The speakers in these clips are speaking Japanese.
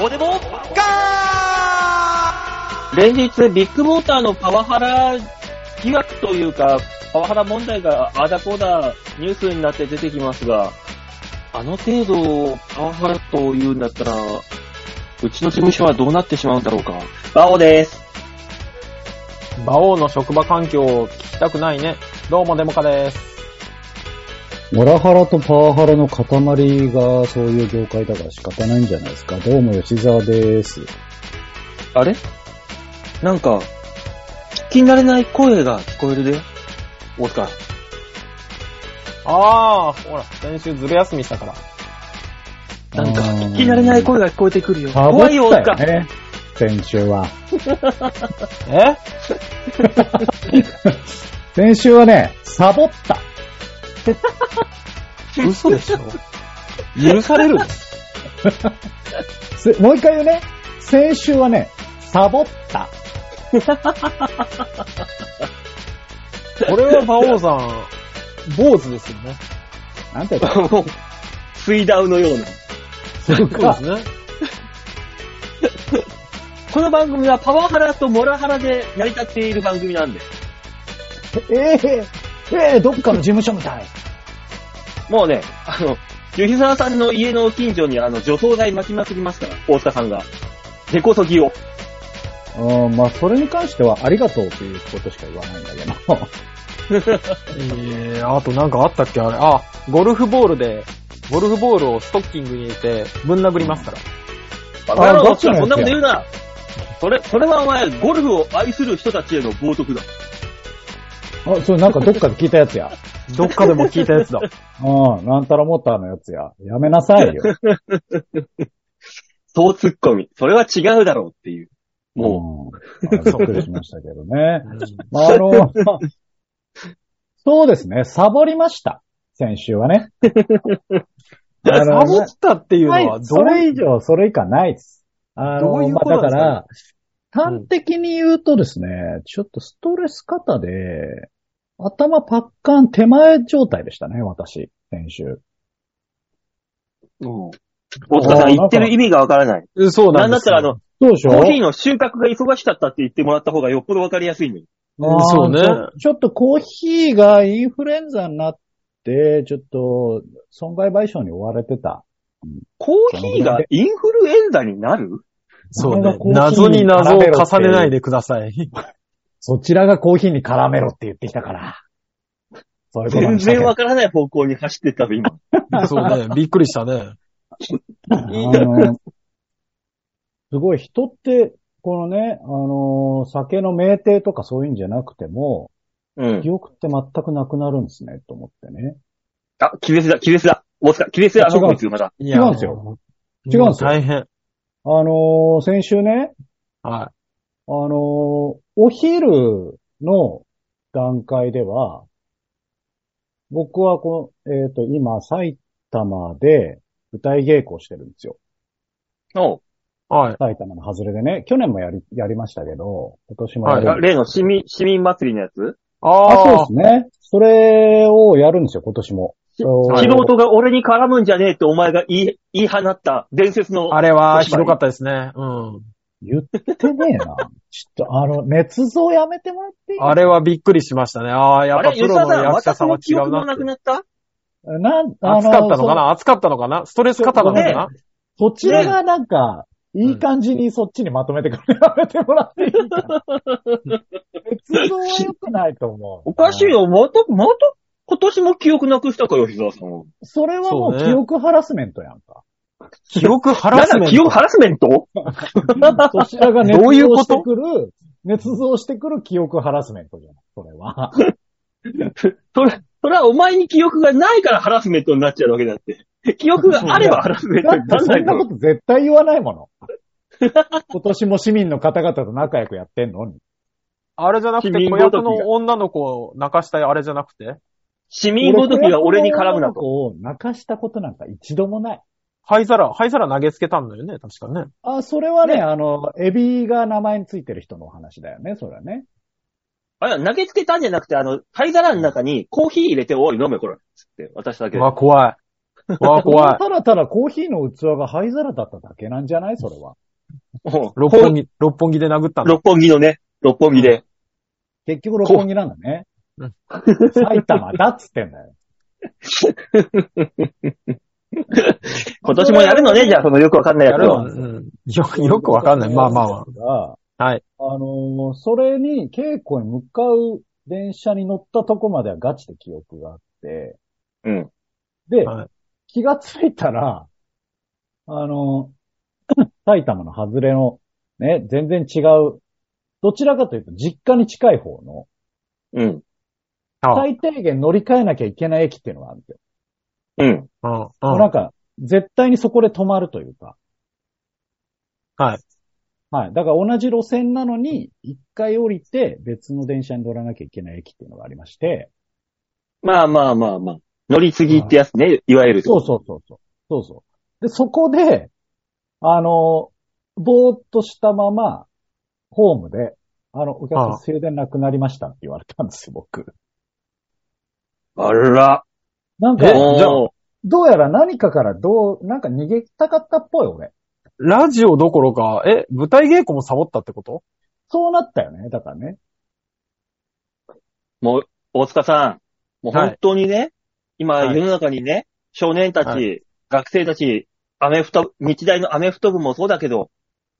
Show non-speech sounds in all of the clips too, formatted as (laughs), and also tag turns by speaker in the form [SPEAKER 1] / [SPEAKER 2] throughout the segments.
[SPEAKER 1] こでも、ガ
[SPEAKER 2] 連日、ビッグモーターのパワハラ疑惑というか、パワハラ問題があだこうだニュースになって出てきますが、あの程度、パワハラというんだったら、うちの事務所はどうなってしまうんだろうか。
[SPEAKER 1] ーバオです。
[SPEAKER 3] 馬王の職場環境を聞きたくないね。どうもデモカです。
[SPEAKER 4] モラハラとパワハラの塊がそういう業界だから仕方ないんじゃないですか。どうも吉沢です。
[SPEAKER 2] あれなんか、聞き慣れない声が聞こえるで。大塚。
[SPEAKER 3] あー、ほら、先週ずる休みしたから。
[SPEAKER 2] なんか、
[SPEAKER 4] あー
[SPEAKER 2] 聞き慣れない声が聞こえてくるよ。
[SPEAKER 4] サボっ
[SPEAKER 2] 怖
[SPEAKER 4] た
[SPEAKER 2] いよ、大
[SPEAKER 4] よ
[SPEAKER 2] 塚。
[SPEAKER 4] ね。先週は。 (laughs)
[SPEAKER 3] え
[SPEAKER 4] 先週はね、サボった。
[SPEAKER 3] 嘘でし
[SPEAKER 2] (laughs)
[SPEAKER 3] ょ許されるの
[SPEAKER 4] すもう一回言うね。先週はね、サボった。
[SPEAKER 3] これは馬王さん、坊主ですよね。
[SPEAKER 4] なんて言った
[SPEAKER 2] もう、スイダウのような。
[SPEAKER 4] そう
[SPEAKER 3] そうで
[SPEAKER 4] か
[SPEAKER 3] す。ね。
[SPEAKER 2] この番組はパワハラとモラハラで成り立っている番組なんで。
[SPEAKER 4] ええええどっかの事務所
[SPEAKER 2] (laughs)
[SPEAKER 4] みたい。
[SPEAKER 2] もうね、あの、吉沢さんの家の近所にあの、除草剤巻きまくりますから、大塚さんが。手こそぎを。
[SPEAKER 4] うん、まあ、それに関してはありがとうということしか言わないんだけど。
[SPEAKER 3] えー、あとなんかあったっけあれ。あ、ゴルフボールで、ゴルフボールをストッキングに入れて、ぶん殴りますから。
[SPEAKER 2] バカ野郎
[SPEAKER 4] あ
[SPEAKER 2] ど
[SPEAKER 4] ど
[SPEAKER 2] っ
[SPEAKER 4] っ
[SPEAKER 2] ち
[SPEAKER 4] ち
[SPEAKER 2] か
[SPEAKER 4] の
[SPEAKER 2] そんなこと
[SPEAKER 4] やつや
[SPEAKER 2] 言うな。それ、それはお前、ゴルフを愛する人たちへの冒涜だ。
[SPEAKER 4] あ、それなんかどっかで聞いたやつや。
[SPEAKER 3] (laughs) どっかでも聞いたやつだ。
[SPEAKER 4] (laughs) うん、なんたらモーターのやつや。やめな
[SPEAKER 3] (laughs)
[SPEAKER 4] さいよ。
[SPEAKER 2] そう突っ込み。それは違うだろうっていう。も
[SPEAKER 4] もうん、あびっくりしましたけどね。まあ、あの、 (laughs) まあそうですね、サボりました。先週はね。あ
[SPEAKER 3] サ
[SPEAKER 4] の
[SPEAKER 3] ボったっていうの
[SPEAKER 4] はい
[SPEAKER 3] は、、ど
[SPEAKER 4] そうれ
[SPEAKER 3] い
[SPEAKER 4] 以上、それ以下ないです。あ
[SPEAKER 3] どう
[SPEAKER 4] の、
[SPEAKER 3] いう
[SPEAKER 4] ま
[SPEAKER 3] こと
[SPEAKER 4] あ、だか
[SPEAKER 3] な
[SPEAKER 4] ら、端的に言うとですね、ちょっとストレス型で、頭パッカン手前状態でしたね、私、先週。
[SPEAKER 2] う、もう。大塚さん言ってる意味がわからない。
[SPEAKER 3] うそう
[SPEAKER 2] な
[SPEAKER 3] なんん
[SPEAKER 2] だっ
[SPEAKER 3] です
[SPEAKER 2] た
[SPEAKER 3] よ
[SPEAKER 2] らあの、
[SPEAKER 4] どうでしょう
[SPEAKER 2] コーヒーの収穫が忙しかったって言ってもらった方がよっぽどわかりやすいのよ。
[SPEAKER 3] うんそうね
[SPEAKER 4] ちょ。ちょっとコーヒーがインフルエンザになって、ちょっと損害賠償に追われてた。
[SPEAKER 2] コーヒーがインフルエンザになる
[SPEAKER 3] そう
[SPEAKER 4] 俺
[SPEAKER 3] ね
[SPEAKER 4] が。コーヒーに
[SPEAKER 3] 謎に謎を
[SPEAKER 4] 並べろって
[SPEAKER 3] 重ねないでくだ
[SPEAKER 4] (laughs)
[SPEAKER 3] さい。
[SPEAKER 4] そちらがコーヒーに絡めろって言ってきたから。そういうこと
[SPEAKER 2] 全
[SPEAKER 4] にしたけ
[SPEAKER 2] 然
[SPEAKER 4] ど
[SPEAKER 2] わからない方向に走ってったぞ、今。
[SPEAKER 3] そうね。びっくりしたね。
[SPEAKER 4] あのすごい人って、このね、あの酒の酩酊とかそういうんじゃなくても、
[SPEAKER 2] うん
[SPEAKER 4] 記。憶って全くなくなるんですね、と思ってね。
[SPEAKER 2] あ、亀裂だ、亀裂だ。大塚、亀裂だ、あ
[SPEAKER 4] 違う
[SPEAKER 2] こいつ、まだ。
[SPEAKER 3] い
[SPEAKER 4] 違うんですよ。違うんですよ
[SPEAKER 3] 大変。
[SPEAKER 4] あの先週ね、
[SPEAKER 3] は
[SPEAKER 4] あのお昼の段階では、僕はこの、えっ、と、今、埼玉で舞台稽古をしてるんですよ。
[SPEAKER 2] おう
[SPEAKER 3] い。はい。
[SPEAKER 4] 埼玉の外れでね、去年もやり、やりましたけど、今年もや
[SPEAKER 3] は
[SPEAKER 4] る
[SPEAKER 3] い
[SPEAKER 4] んで
[SPEAKER 2] あ例の市民、市民祭りのやつ
[SPEAKER 3] あ
[SPEAKER 4] あ、
[SPEAKER 3] あ
[SPEAKER 4] そうですね。それをやるんですよ、今年も。そう
[SPEAKER 2] 素人が俺に絡むんじゃねえってお前が言い、言い放った伝説の、
[SPEAKER 3] あれはひどかったですね。うん。
[SPEAKER 4] 言ってねえな。ちょっと、あの、捏造やめてもらっていい
[SPEAKER 3] あれはびっくりしましたね。ああ、やっ
[SPEAKER 2] あ
[SPEAKER 3] ぱ
[SPEAKER 2] れ、
[SPEAKER 3] プ
[SPEAKER 2] 吉
[SPEAKER 3] ロ
[SPEAKER 2] 沢
[SPEAKER 3] の
[SPEAKER 2] さん、
[SPEAKER 3] 役
[SPEAKER 2] ま
[SPEAKER 3] 者
[SPEAKER 2] た
[SPEAKER 3] さ
[SPEAKER 2] そ
[SPEAKER 3] ん
[SPEAKER 2] の
[SPEAKER 3] は違
[SPEAKER 2] 記
[SPEAKER 3] う
[SPEAKER 2] 憶
[SPEAKER 3] な
[SPEAKER 2] も
[SPEAKER 3] っ
[SPEAKER 2] な
[SPEAKER 3] て
[SPEAKER 2] く。なった
[SPEAKER 4] なん、あ
[SPEAKER 3] 暑かったのかな暑かったのかなストレス方なのかな
[SPEAKER 4] そそちらがなんか、いい感じにそっちにまとめてくれ、やめてもらっていいかな。捏造は良くないと思う。
[SPEAKER 2] おかしい。よ、また、また、今年も記憶なくしたか、吉沢さんを。
[SPEAKER 4] それはも
[SPEAKER 3] そう
[SPEAKER 4] う
[SPEAKER 3] ね
[SPEAKER 4] 記憶ハラスメントやんか。
[SPEAKER 3] 記憶ハ
[SPEAKER 2] な
[SPEAKER 3] ラ
[SPEAKER 2] ん
[SPEAKER 3] ス
[SPEAKER 2] だ、
[SPEAKER 3] メン
[SPEAKER 2] 記憶
[SPEAKER 3] ト。
[SPEAKER 2] ハラスメント
[SPEAKER 3] (laughs)
[SPEAKER 4] そちらが捏
[SPEAKER 3] どういう
[SPEAKER 4] 造
[SPEAKER 3] こ
[SPEAKER 4] して
[SPEAKER 3] と
[SPEAKER 4] くる、捏造してくる記憶ハラスメントじゃない。それは。
[SPEAKER 2] それ、それはお前に記憶がないからハラスメントになっちゃうわけだって。記憶があれ (laughs) ばハラスメン
[SPEAKER 4] だ
[SPEAKER 2] ト
[SPEAKER 4] っ
[SPEAKER 2] (laughs) にな
[SPEAKER 4] て
[SPEAKER 2] ら
[SPEAKER 4] そ
[SPEAKER 2] ない
[SPEAKER 4] ん
[SPEAKER 2] だ
[SPEAKER 4] な
[SPEAKER 2] ろ
[SPEAKER 4] こ。と絶対言わないもの。今年も市民の方々と仲良くやってん
[SPEAKER 2] (laughs)
[SPEAKER 4] のに。
[SPEAKER 3] あれじゃなくて、
[SPEAKER 2] 君
[SPEAKER 3] 子
[SPEAKER 2] ごときが
[SPEAKER 3] 役の女の子を泣かしたいあれじゃなくて
[SPEAKER 2] 市民ごときが俺に絡むなと。
[SPEAKER 4] を泣かしたことなんか一度もない。
[SPEAKER 3] 灰皿、灰皿投げつけたんだよね、確かね。
[SPEAKER 4] あ、それはね、あの、エビが名前についてる人のお話だよね、それはね。
[SPEAKER 2] あれ、投げつけたんじゃなくて、あの、灰皿の中にコーヒー入れて、おい、飲め、これ。つって、私だけ。
[SPEAKER 3] うわ、怖い。わあ、怖
[SPEAKER 4] (laughs)
[SPEAKER 3] い。
[SPEAKER 4] ただただコーヒーの器が灰皿だっただけなんじゃないそれは。
[SPEAKER 2] もう
[SPEAKER 3] 六本木、六本木で殴ったんだ。
[SPEAKER 2] 六本木のね、六本木で。
[SPEAKER 4] 結局六本木なんだね
[SPEAKER 3] うん。
[SPEAKER 4] 埼玉だっつってんだよ。
[SPEAKER 2] 今年もやるのね、じゃあ、そのよくわかんないや
[SPEAKER 3] や
[SPEAKER 2] つ
[SPEAKER 3] る
[SPEAKER 2] を。
[SPEAKER 3] わ。うん。よ、よくわかんない。まあまあま
[SPEAKER 4] あ。
[SPEAKER 3] あ。はい。
[SPEAKER 4] あのーそれに稽古に向かう電車に乗ったとこまではガチで記憶があって、
[SPEAKER 2] うん。
[SPEAKER 4] で、
[SPEAKER 3] はい
[SPEAKER 4] 気がついたら、あの (clears throat) ー埼玉の外れの、ね、全然違う、どちらかというと実家に近い方の、
[SPEAKER 2] うん。
[SPEAKER 3] あ
[SPEAKER 4] 最低限乗り換えなきゃいけない駅っていうのがあるんだよ。
[SPEAKER 2] うん。
[SPEAKER 3] うん。うん。
[SPEAKER 4] もうなんか、絶対にそこで止まるというか。
[SPEAKER 3] はい。
[SPEAKER 4] はい。だから同じ路線なのに、一回降りて別の電車に乗らなきゃいけない駅っていうのがありまして。
[SPEAKER 2] まあまあまあまあ。乗り継ぎってやつね、いわゆる。
[SPEAKER 4] そうそうそうそう。そうそう。で、そこで、あの、ぼーっとしたまま、ホームで、あの、お客さ
[SPEAKER 3] あ
[SPEAKER 4] ん終電なくなりましたって言われたんですよ、僕。
[SPEAKER 2] あら。
[SPEAKER 4] なん
[SPEAKER 3] え
[SPEAKER 4] か、
[SPEAKER 3] じゃあ
[SPEAKER 2] おー
[SPEAKER 4] どうやら何かからどう、なんか逃げたかったっぽい、俺。
[SPEAKER 3] ラジオどころか、え、舞台稽古もサボったってこと
[SPEAKER 4] そうなったよね、だからね。
[SPEAKER 2] もう、大塚さん。もう
[SPEAKER 3] はい
[SPEAKER 2] 本当にね、今
[SPEAKER 3] はい
[SPEAKER 2] 世の中にね、少年たち、
[SPEAKER 3] は
[SPEAKER 2] 学生たち、アメフト、日大のアメフト部もそうだけど、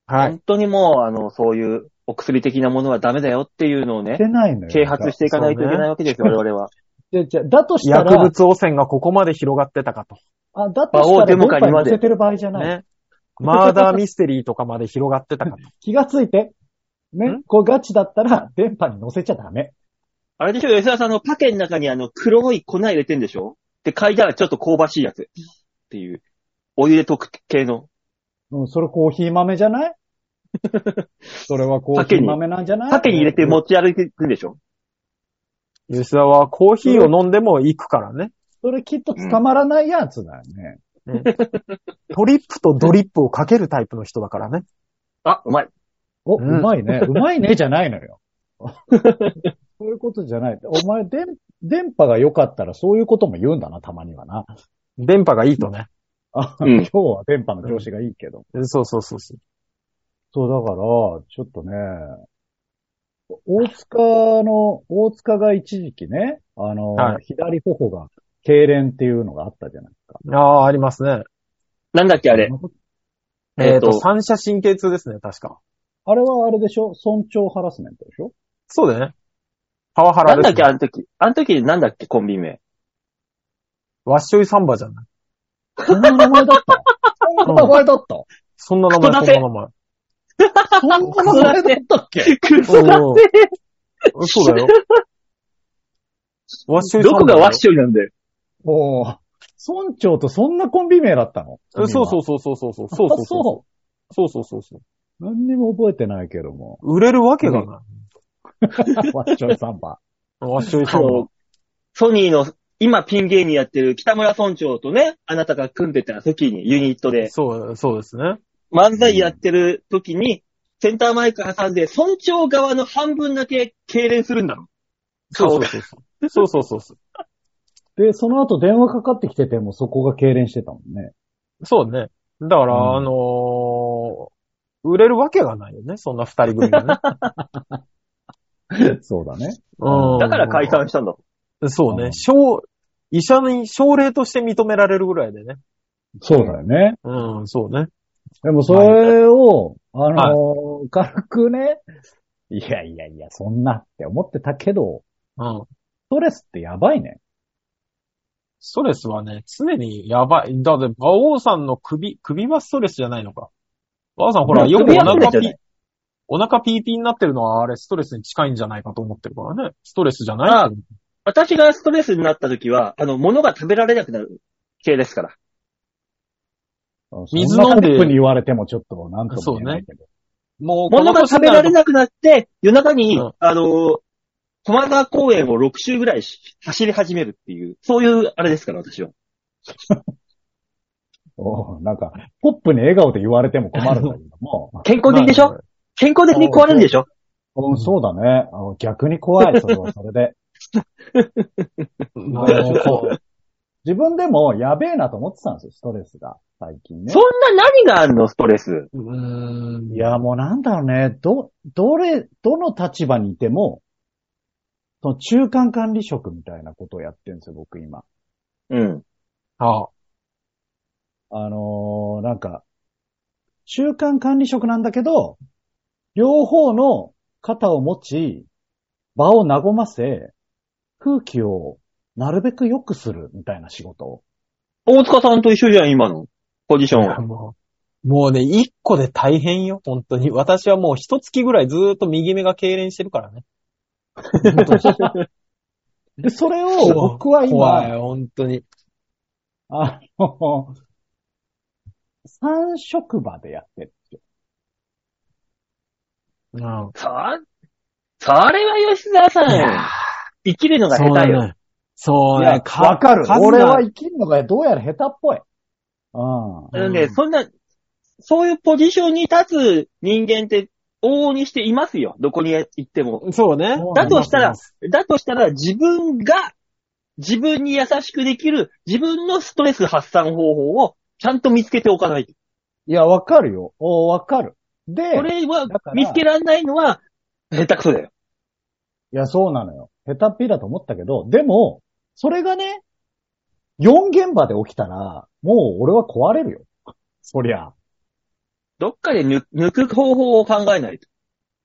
[SPEAKER 3] はい。
[SPEAKER 2] 本当にもう、あの、そういうお薬的なものはダメだよっていうのをね、
[SPEAKER 4] 出ないのよ。
[SPEAKER 2] 啓発していかないといけないわけですよ、
[SPEAKER 3] そうね
[SPEAKER 2] 我々は。
[SPEAKER 4] でじゃあだとした
[SPEAKER 3] 薬
[SPEAKER 4] ら、
[SPEAKER 3] 物汚染がここまで広がってたかと。
[SPEAKER 4] あだとした
[SPEAKER 2] 馬王デ
[SPEAKER 4] ら、
[SPEAKER 2] モカに
[SPEAKER 4] に
[SPEAKER 2] まで
[SPEAKER 4] 乗せてる場合じゃない。
[SPEAKER 3] ね。マーダーミステリーとかまで広がってたかと。
[SPEAKER 4] 気がついて。ね
[SPEAKER 3] ん。
[SPEAKER 4] こうガチだったら、電波に乗せちゃダメ。
[SPEAKER 2] あれでしょ、吉田さんあのパケの中にあの、黒い粉入れてんでしょで、嗅いだらちょっと香ばしいやつ。っていう。お湯で溶く系の。
[SPEAKER 4] うん、それコーヒー豆じゃないそれはコーヒー豆なんじゃない
[SPEAKER 2] パケに入れて持ち歩いていくんでしょ
[SPEAKER 3] (laughs) 吉田はコーヒーを飲んでも行くからね。
[SPEAKER 4] それきっと捕まらないやつだよね。
[SPEAKER 3] トリップとドリップをかけるタイプの人だからね。
[SPEAKER 2] あ、うまい。
[SPEAKER 4] お、
[SPEAKER 3] う
[SPEAKER 4] うんまいね。うまいねじゃないのよ。そういうことじゃない。お前、電、電波が良かったらそういうことも言うんだな、たまにはな。
[SPEAKER 3] 電波がいいとね。
[SPEAKER 4] あ、
[SPEAKER 2] うん
[SPEAKER 4] 今日は電波の調子がいいけど。
[SPEAKER 3] そうそうそうそう。
[SPEAKER 4] そう、だから、ちょっとね、大塚の、大塚が一時期ね、あの、
[SPEAKER 3] は
[SPEAKER 4] 左頬が、痙攣っていうのがあったじゃないですか。
[SPEAKER 3] ああ、ありますね。
[SPEAKER 2] なんだっけ、あれ。
[SPEAKER 3] えっ、
[SPEAKER 2] えー
[SPEAKER 3] と、
[SPEAKER 2] と
[SPEAKER 3] 三者神経痛ですね、確か。
[SPEAKER 4] あれはあれでしょ尊重ハラスメントでしょ
[SPEAKER 3] そうだよね。パワハ
[SPEAKER 2] な
[SPEAKER 3] ラ
[SPEAKER 2] んだっ
[SPEAKER 3] です、
[SPEAKER 2] け、あの時。あの時なんだっけ、コンビ名。
[SPEAKER 3] わっしょいサンバじゃない。
[SPEAKER 4] そんな名前だった (laughs) そんな名前だった
[SPEAKER 3] そんな名前、
[SPEAKER 2] 函
[SPEAKER 3] そん
[SPEAKER 2] 館
[SPEAKER 3] な名前。
[SPEAKER 4] そんな名前だったっけ
[SPEAKER 2] (laughs) クソだ
[SPEAKER 3] おーそうだよ。 (laughs) ワッショイ
[SPEAKER 2] ど
[SPEAKER 3] サンバ
[SPEAKER 2] こがワッショイなんだよ。
[SPEAKER 4] おー村長とそんなコンビ名だったの。
[SPEAKER 3] えそうそううそうそうそうそう。そ
[SPEAKER 4] そうう
[SPEAKER 3] そうそう。
[SPEAKER 4] そ
[SPEAKER 3] そうそうそうそう。
[SPEAKER 4] う。何にも覚えてないけど (laughs) も。
[SPEAKER 3] 売れるわけがな
[SPEAKER 4] わっちょいサンバ。
[SPEAKER 3] い。ワッショイ
[SPEAKER 2] あ
[SPEAKER 3] サンバ
[SPEAKER 2] の。、ソニーの、今ピン芸人やってる北村村長とね、あなたが組んでた時に、ユニットで、
[SPEAKER 3] そう、そうですね。
[SPEAKER 2] 漫才やってる時に、センターマイク挟んで、村長側の半分だけ痙攣するんだろ。
[SPEAKER 3] そうそうそう。そうそうそうそ
[SPEAKER 4] で、その後電話かかってきててもそこが痙攣してたもん (laughs) ね。
[SPEAKER 3] う。そうね。だから、
[SPEAKER 4] うん
[SPEAKER 3] あのー、売れるわけがないよね。そんな二人組がね。
[SPEAKER 4] そうだね。
[SPEAKER 3] うん。
[SPEAKER 2] だから解散したんだろ。
[SPEAKER 3] そう
[SPEAKER 4] う
[SPEAKER 3] ね。
[SPEAKER 4] ん
[SPEAKER 3] 症、医者に症例として認められるぐらいでね。
[SPEAKER 4] そうだよね。
[SPEAKER 3] うん、そうね。
[SPEAKER 4] でもそれを、あのー軽くね、いやいやいや、そんなって思ってたけど、
[SPEAKER 3] うん。
[SPEAKER 4] ストレスってやばいね。
[SPEAKER 3] ストレスはね、常にやばい。だって、馬王さんの首、首はストレスじゃないのか。馬王さんほら、
[SPEAKER 4] うん
[SPEAKER 3] よくお
[SPEAKER 2] 首はス
[SPEAKER 3] 腹
[SPEAKER 2] ト
[SPEAKER 3] ピ
[SPEAKER 2] レスじゃな
[SPEAKER 3] ー、お腹ピーピーになってるのはあれストレスに近いんじゃないかと思ってるからね。ストレスじゃない
[SPEAKER 2] あ私がストレスになった時は、あの、物が食べられなくなる系ですから。
[SPEAKER 3] 水
[SPEAKER 4] そな
[SPEAKER 3] 飲んで
[SPEAKER 4] トップに言われてもちょっとなんとも言えないけど。
[SPEAKER 3] もう、
[SPEAKER 2] 物が食べられ
[SPEAKER 3] い。
[SPEAKER 2] なくなって、夜中に、
[SPEAKER 3] うん
[SPEAKER 2] あの、駒沢公園を6周ぐらいし走り始めるっていう、そういうあれですから、私は。
[SPEAKER 4] おうなんか、ポップに笑顔で言われても困るんだけど
[SPEAKER 3] (laughs)
[SPEAKER 4] も。
[SPEAKER 2] 健康的でしょ健康的に壊れるでしょ
[SPEAKER 4] うんそうだね。
[SPEAKER 3] (laughs)
[SPEAKER 4] あの逆に怖い、それはそれで。
[SPEAKER 3] まあねこう
[SPEAKER 4] 自分でもやべえなと思ってたんですよ、ストレスが。最近ね
[SPEAKER 2] そ。んな何があるのストレス。
[SPEAKER 3] うーん。
[SPEAKER 4] いや、もうなんだろうね。ど、どれ、どの立場にいても、その中間管理職みたいなことをやってるんですよ、僕今。
[SPEAKER 2] うん。
[SPEAKER 3] ああ。
[SPEAKER 4] あのーなんか、中間管理職なんだけど、両方の肩を持ち、場を和ませ、空気をなるべく良くするみたいな仕事を。
[SPEAKER 2] 大塚さんと一緒じゃん、今の。ポジションは。
[SPEAKER 3] もう、もうね、一個で大変よ、本当に。私はもう一月ぐらいずーっと右目が痙攣してるからね。
[SPEAKER 4] で、それを僕は
[SPEAKER 3] 怖
[SPEAKER 4] 今、
[SPEAKER 3] い、本当に。
[SPEAKER 4] あの、三職場でやってる。
[SPEAKER 3] うん。
[SPEAKER 2] さ、それは吉沢さ
[SPEAKER 3] いやー
[SPEAKER 2] ん、生きるのが
[SPEAKER 3] そう
[SPEAKER 2] 下手よ。
[SPEAKER 3] ね。そう
[SPEAKER 4] い
[SPEAKER 3] ね
[SPEAKER 4] や、。わかる。
[SPEAKER 3] 数が
[SPEAKER 4] 俺は生きるのがどうやら下手っぽい。うん。
[SPEAKER 2] なの
[SPEAKER 3] う
[SPEAKER 2] で、
[SPEAKER 3] ん
[SPEAKER 2] そんな、そういうポジションに立つ人間って往々にしていますよ。どこに行っても。
[SPEAKER 3] そうね。
[SPEAKER 4] そう
[SPEAKER 2] だとした
[SPEAKER 3] う
[SPEAKER 2] ら
[SPEAKER 3] ん、
[SPEAKER 2] だとしたら自分が、自分に優しくできる自分のストレス発散方法をちゃんと見つけておかないと。
[SPEAKER 4] いや、わかるよ。おわかる。
[SPEAKER 2] (laughs)
[SPEAKER 4] で、
[SPEAKER 2] これは
[SPEAKER 4] だから
[SPEAKER 2] 見つけられないのは下手くそだよ。
[SPEAKER 4] いや、そうなのよ。下手っぴだと思ったけど、でも、それがね、4現場で起きたら、もう俺は壊れるよ。そりゃ。
[SPEAKER 2] どっかで抜抜く方法を考えないと。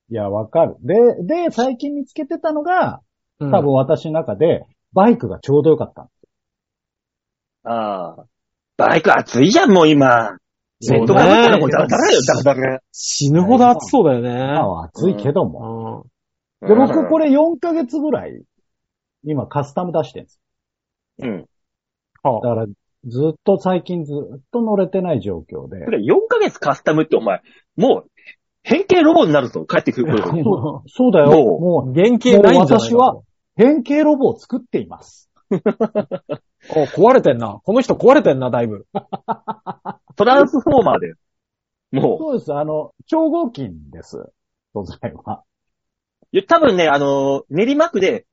[SPEAKER 4] いや、わかる。で、で、最近見つけてたのが、
[SPEAKER 3] うん
[SPEAKER 4] 多分私の中で、バイクがちょうどよかった。
[SPEAKER 2] ああ。バイク熱いじゃん、もう今。
[SPEAKER 3] そう
[SPEAKER 2] ベ
[SPEAKER 3] ね
[SPEAKER 2] ッドかぶったらもうダラダラよ、ダラダラ。
[SPEAKER 3] 死ぬほど暑そうだよね。
[SPEAKER 4] 今は暑いけども。
[SPEAKER 3] うん
[SPEAKER 4] で、僕こ
[SPEAKER 2] れ。
[SPEAKER 4] れ4ヶ月ぐらい、今カスタム出してるんです。
[SPEAKER 2] うん。
[SPEAKER 4] だから、ずっと最近ずっと乗れてない状況で
[SPEAKER 2] こ。れ4ヶ月カスタムってお前、もう、変形ロボになるぞ、帰ってくる頃に。
[SPEAKER 4] そうそうだよ。
[SPEAKER 2] どう
[SPEAKER 4] もう、
[SPEAKER 3] 原型ないんじゃないか
[SPEAKER 4] 私は変形ロボを作っています。
[SPEAKER 3] お壊れてんな。この人壊れてんな、だいぶ。
[SPEAKER 2] トランスフォーマーだよ。も
[SPEAKER 4] そうです。あの、超合金です。素材は。
[SPEAKER 2] ういや、多分ね、あの、練馬区で、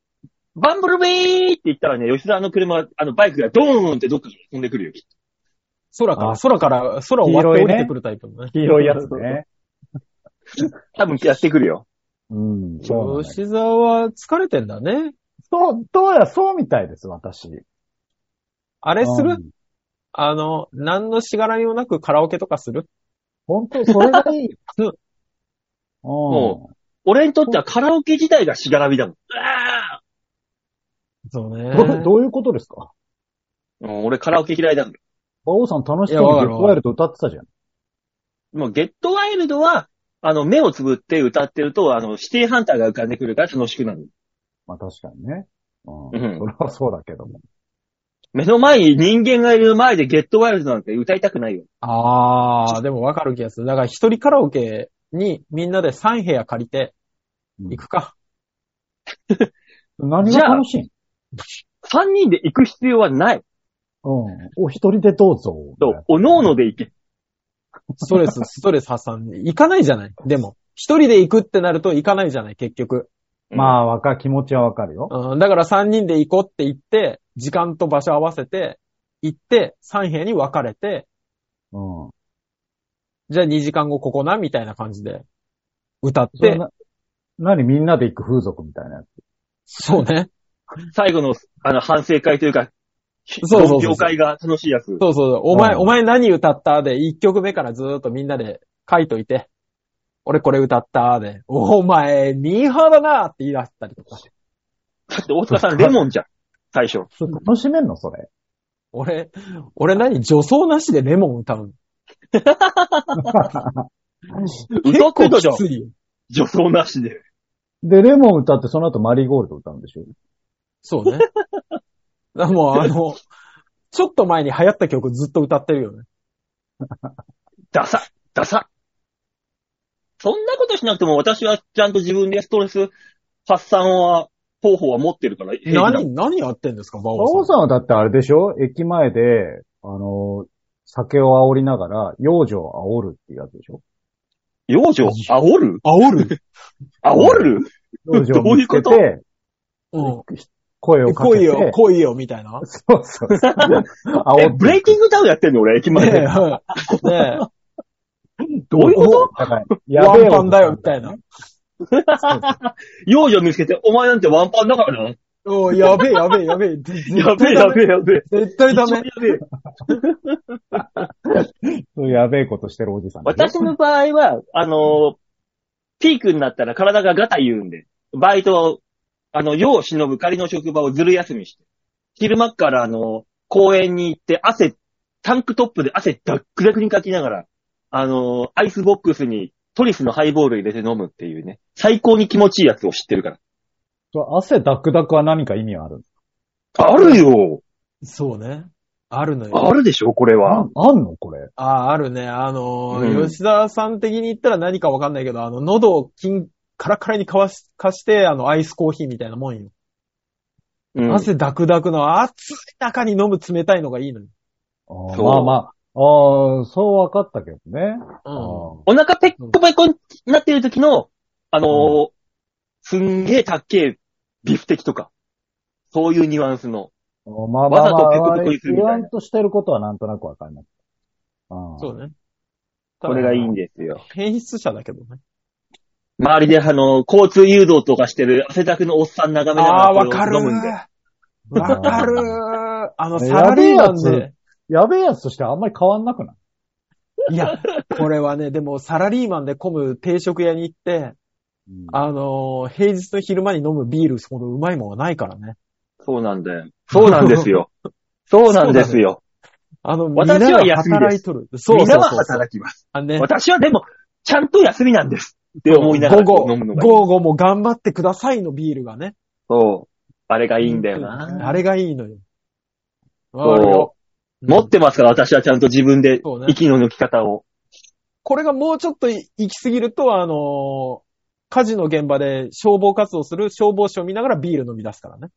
[SPEAKER 2] バンブルビーって言ったらね、吉沢の車、あの、バイクがドーンってどっかに飛んでくるよ。
[SPEAKER 3] 空か
[SPEAKER 4] あ
[SPEAKER 3] ら、空から、空を割って降りてくるタイプのね。
[SPEAKER 4] 黄色いやつね。
[SPEAKER 2] 多分やってくるよ。
[SPEAKER 4] うん、そうなんだよ。
[SPEAKER 3] 吉沢は疲れてんだね。
[SPEAKER 4] そう、どうやらそうみたいです、私。
[SPEAKER 3] あれす
[SPEAKER 4] う
[SPEAKER 3] る
[SPEAKER 4] ん
[SPEAKER 3] あの、何のしがらみもなくカラオケとかする
[SPEAKER 4] 本当それがいい。
[SPEAKER 3] うん
[SPEAKER 4] うん。
[SPEAKER 2] 俺にとってはカラオケ自体がしがらみだもん。うわ
[SPEAKER 3] そうね
[SPEAKER 4] どうどういうことですか
[SPEAKER 2] ーうん俺カラオケ嫌いだもん。
[SPEAKER 4] 馬王さん楽し
[SPEAKER 3] いや
[SPEAKER 4] そう
[SPEAKER 3] わか
[SPEAKER 4] にゲ
[SPEAKER 3] る
[SPEAKER 4] ットワイルド歌ってたじゃん。
[SPEAKER 2] もう、ゲットワイルドは、あの、目をつぶって歌ってると、あの、指定ハンターが浮かんでくるから楽しくなる。
[SPEAKER 4] まあ確かにね。う
[SPEAKER 2] う
[SPEAKER 4] ん。
[SPEAKER 2] ん
[SPEAKER 4] それはそうだけども。
[SPEAKER 2] 目の前に人間がいる前でゲットワイルドなんて歌いたくないよ。
[SPEAKER 3] あー、でもわかる気がする。だから一人カラオケにみんなで3部屋借りて行くか。
[SPEAKER 4] 何
[SPEAKER 2] じ
[SPEAKER 4] が
[SPEAKER 2] ゃあ
[SPEAKER 4] 楽しい
[SPEAKER 2] 三人で行く必要はない。
[SPEAKER 4] うん。お一人でどうぞ。
[SPEAKER 2] と、おのおので行け。
[SPEAKER 3] ストレス、ストレス発散。行かないじゃない。でも、一人で行くってなると行かないじゃない、結局。
[SPEAKER 4] まあ、わか、気持ちはわかるよ。
[SPEAKER 3] うん、だから3人で行こうって言って、時間と場所合わせて、行って、3部屋に分かれて、
[SPEAKER 4] うん。
[SPEAKER 3] じゃあ2時間後ここな、みたいな感じで、歌っ
[SPEAKER 4] それ
[SPEAKER 3] て、
[SPEAKER 4] な、何みんなで行く風俗みたいなやつ。
[SPEAKER 3] そうね。
[SPEAKER 2] 最後の、あの、反省会というか、ひ
[SPEAKER 3] そうそうそう
[SPEAKER 2] 業界が楽しいやつ。
[SPEAKER 3] そうそう、お前、
[SPEAKER 4] うん
[SPEAKER 3] お前何歌ったで、1曲目からずーっとみんなで書いといて、俺これ歌ったで、お前、ミーハーだなって言い出したりとか、
[SPEAKER 2] だって大塚さん、レモンじゃん。最初。
[SPEAKER 4] それ楽しめんのそれ。
[SPEAKER 3] 俺、俺何、女装なしでレモン歌うの
[SPEAKER 2] 嘘こ
[SPEAKER 3] 結
[SPEAKER 2] じゃ
[SPEAKER 3] 構
[SPEAKER 2] ん
[SPEAKER 3] き。ついよ。
[SPEAKER 2] 女装なしで。
[SPEAKER 4] (laughs) で、レモン歌ってその後マリーゴールド歌うんでしょ
[SPEAKER 3] そうね。だからもうあの、ちょっと前に流行った曲ずっと歌ってるよね。
[SPEAKER 2] ダサダサそんなことしなくても私はちゃんと自分でストレス発散は、方法は持ってるから。平気だ
[SPEAKER 3] 何、何やってんですか、バ
[SPEAKER 4] 馬
[SPEAKER 3] オ
[SPEAKER 4] 王
[SPEAKER 3] さん。
[SPEAKER 4] さんはだってあれでしょ駅前で、あの、酒を煽りながら、幼女を煽るっていうやつでしょ
[SPEAKER 2] 幼女を煽る
[SPEAKER 3] 煽る。
[SPEAKER 2] 煽る
[SPEAKER 4] 幼女を
[SPEAKER 2] どう
[SPEAKER 4] 見
[SPEAKER 2] いう
[SPEAKER 4] つ
[SPEAKER 2] こ
[SPEAKER 4] け
[SPEAKER 2] と
[SPEAKER 4] て、
[SPEAKER 3] (laughs) うん。
[SPEAKER 4] 声をかけ
[SPEAKER 3] 来
[SPEAKER 4] て。
[SPEAKER 3] いよ、来いよ、みたいな。
[SPEAKER 4] そうそう。あ
[SPEAKER 2] え、ブレイキングダウンやってんの俺、駅前で。
[SPEAKER 3] ねえ。
[SPEAKER 2] どういうこと
[SPEAKER 4] だからや
[SPEAKER 3] ワ
[SPEAKER 4] べえ
[SPEAKER 3] ン
[SPEAKER 4] よ
[SPEAKER 3] パンだよ、みたいな。
[SPEAKER 2] 幼女見つけて、お前なんてワンパンだからな。
[SPEAKER 3] おーやべえ、やべえ、や (laughs) べえ。
[SPEAKER 2] や
[SPEAKER 3] や
[SPEAKER 2] べえ、やべえ、やべえ。
[SPEAKER 3] え。絶対ダ
[SPEAKER 2] 一緒
[SPEAKER 3] メ
[SPEAKER 2] に。やべえ。
[SPEAKER 4] そうやべえことしてるおじさんでしょ。
[SPEAKER 2] 私の場合は、あの、ピークになったら体がガタ言うんで、バイト、あの、世を忍ぶ仮の職場をずる休みして、昼間っからあの、公園に行って汗、タンクトップで汗ダックダクにかきながら、あの、アイスボックスにトリスのハイボール入れて飲むっていうね、最高に気持ちいいやつを知ってるから。
[SPEAKER 4] そう汗ダクダクは何か意味はある
[SPEAKER 2] あるよ
[SPEAKER 3] そうね。あるのよ。
[SPEAKER 2] あるでしょこれ
[SPEAKER 4] あ
[SPEAKER 2] は。
[SPEAKER 4] あんのこれ。
[SPEAKER 3] ああ、あるね。あのー
[SPEAKER 2] うん
[SPEAKER 3] 吉田さん的に言ったら何かわかんないけど、あの、喉を金、カラカラにかわし、かして、あの、アイスコーヒーみたいなもんよ。
[SPEAKER 2] うん
[SPEAKER 3] 汗ダクダクの熱い中に飲む冷たいのがいいのよ。
[SPEAKER 4] あ
[SPEAKER 2] そ
[SPEAKER 4] ー
[SPEAKER 2] う
[SPEAKER 4] まあまあ、あーそう分かったけどね。あ
[SPEAKER 3] う
[SPEAKER 4] ー
[SPEAKER 2] お腹ペッコペコになってる時の、あのーすんげえたっけえビフテキとか、そういうニュアンスの。
[SPEAKER 4] まあまあまあ、
[SPEAKER 2] わざとペコペコにするみ
[SPEAKER 4] 言
[SPEAKER 2] たいな
[SPEAKER 4] わんとしてることはなんとなくわかります。あー
[SPEAKER 3] ん。そうね。
[SPEAKER 2] これがいいんですよ。
[SPEAKER 3] 変質者だけどね。
[SPEAKER 2] 周りで、あのー交通誘導とかしてる汗だくのおっさん眺めながら
[SPEAKER 3] ああー、わ
[SPEAKER 2] こ
[SPEAKER 3] か
[SPEAKER 2] れ
[SPEAKER 3] る
[SPEAKER 2] を飲むんで。。
[SPEAKER 3] わかるー。あの、サラ
[SPEAKER 4] やべえ
[SPEAKER 3] リーマ
[SPEAKER 4] や
[SPEAKER 3] ン
[SPEAKER 4] つ
[SPEAKER 3] で。
[SPEAKER 4] やべえやつとしてあんまり変わんなくない
[SPEAKER 3] いや、これはね、でも、サラリーマンで混む定食屋に行って、
[SPEAKER 4] うん
[SPEAKER 3] あのー平日の昼間に飲むビールほどうまいもんはないからね。
[SPEAKER 2] そうなんだよ。そうなんです
[SPEAKER 3] (laughs)
[SPEAKER 2] よ。そうなんですよ。
[SPEAKER 3] あの、
[SPEAKER 2] 私は
[SPEAKER 3] みんなが
[SPEAKER 2] 休みです
[SPEAKER 3] 働いとる。そうそう
[SPEAKER 2] みんなは
[SPEAKER 3] そうそう。
[SPEAKER 2] 働きます。
[SPEAKER 3] あね、
[SPEAKER 2] 私はでも、ちゃんと休みなんです。って思いながら
[SPEAKER 3] 午後、
[SPEAKER 2] 飲むのがいい。
[SPEAKER 3] 午後も頑張ってくださいのビールがね。
[SPEAKER 2] そう。あれがいいんだよな。
[SPEAKER 3] あれがいいのよ。わかるよ。うん
[SPEAKER 2] 持ってますから、私はちゃんと自分で
[SPEAKER 3] そうね
[SPEAKER 2] 息の抜き方を。
[SPEAKER 3] これがもうちょっとい行き過ぎると、あのー火事の現場で消防活動する消防士を見ながらビール飲み出すからね。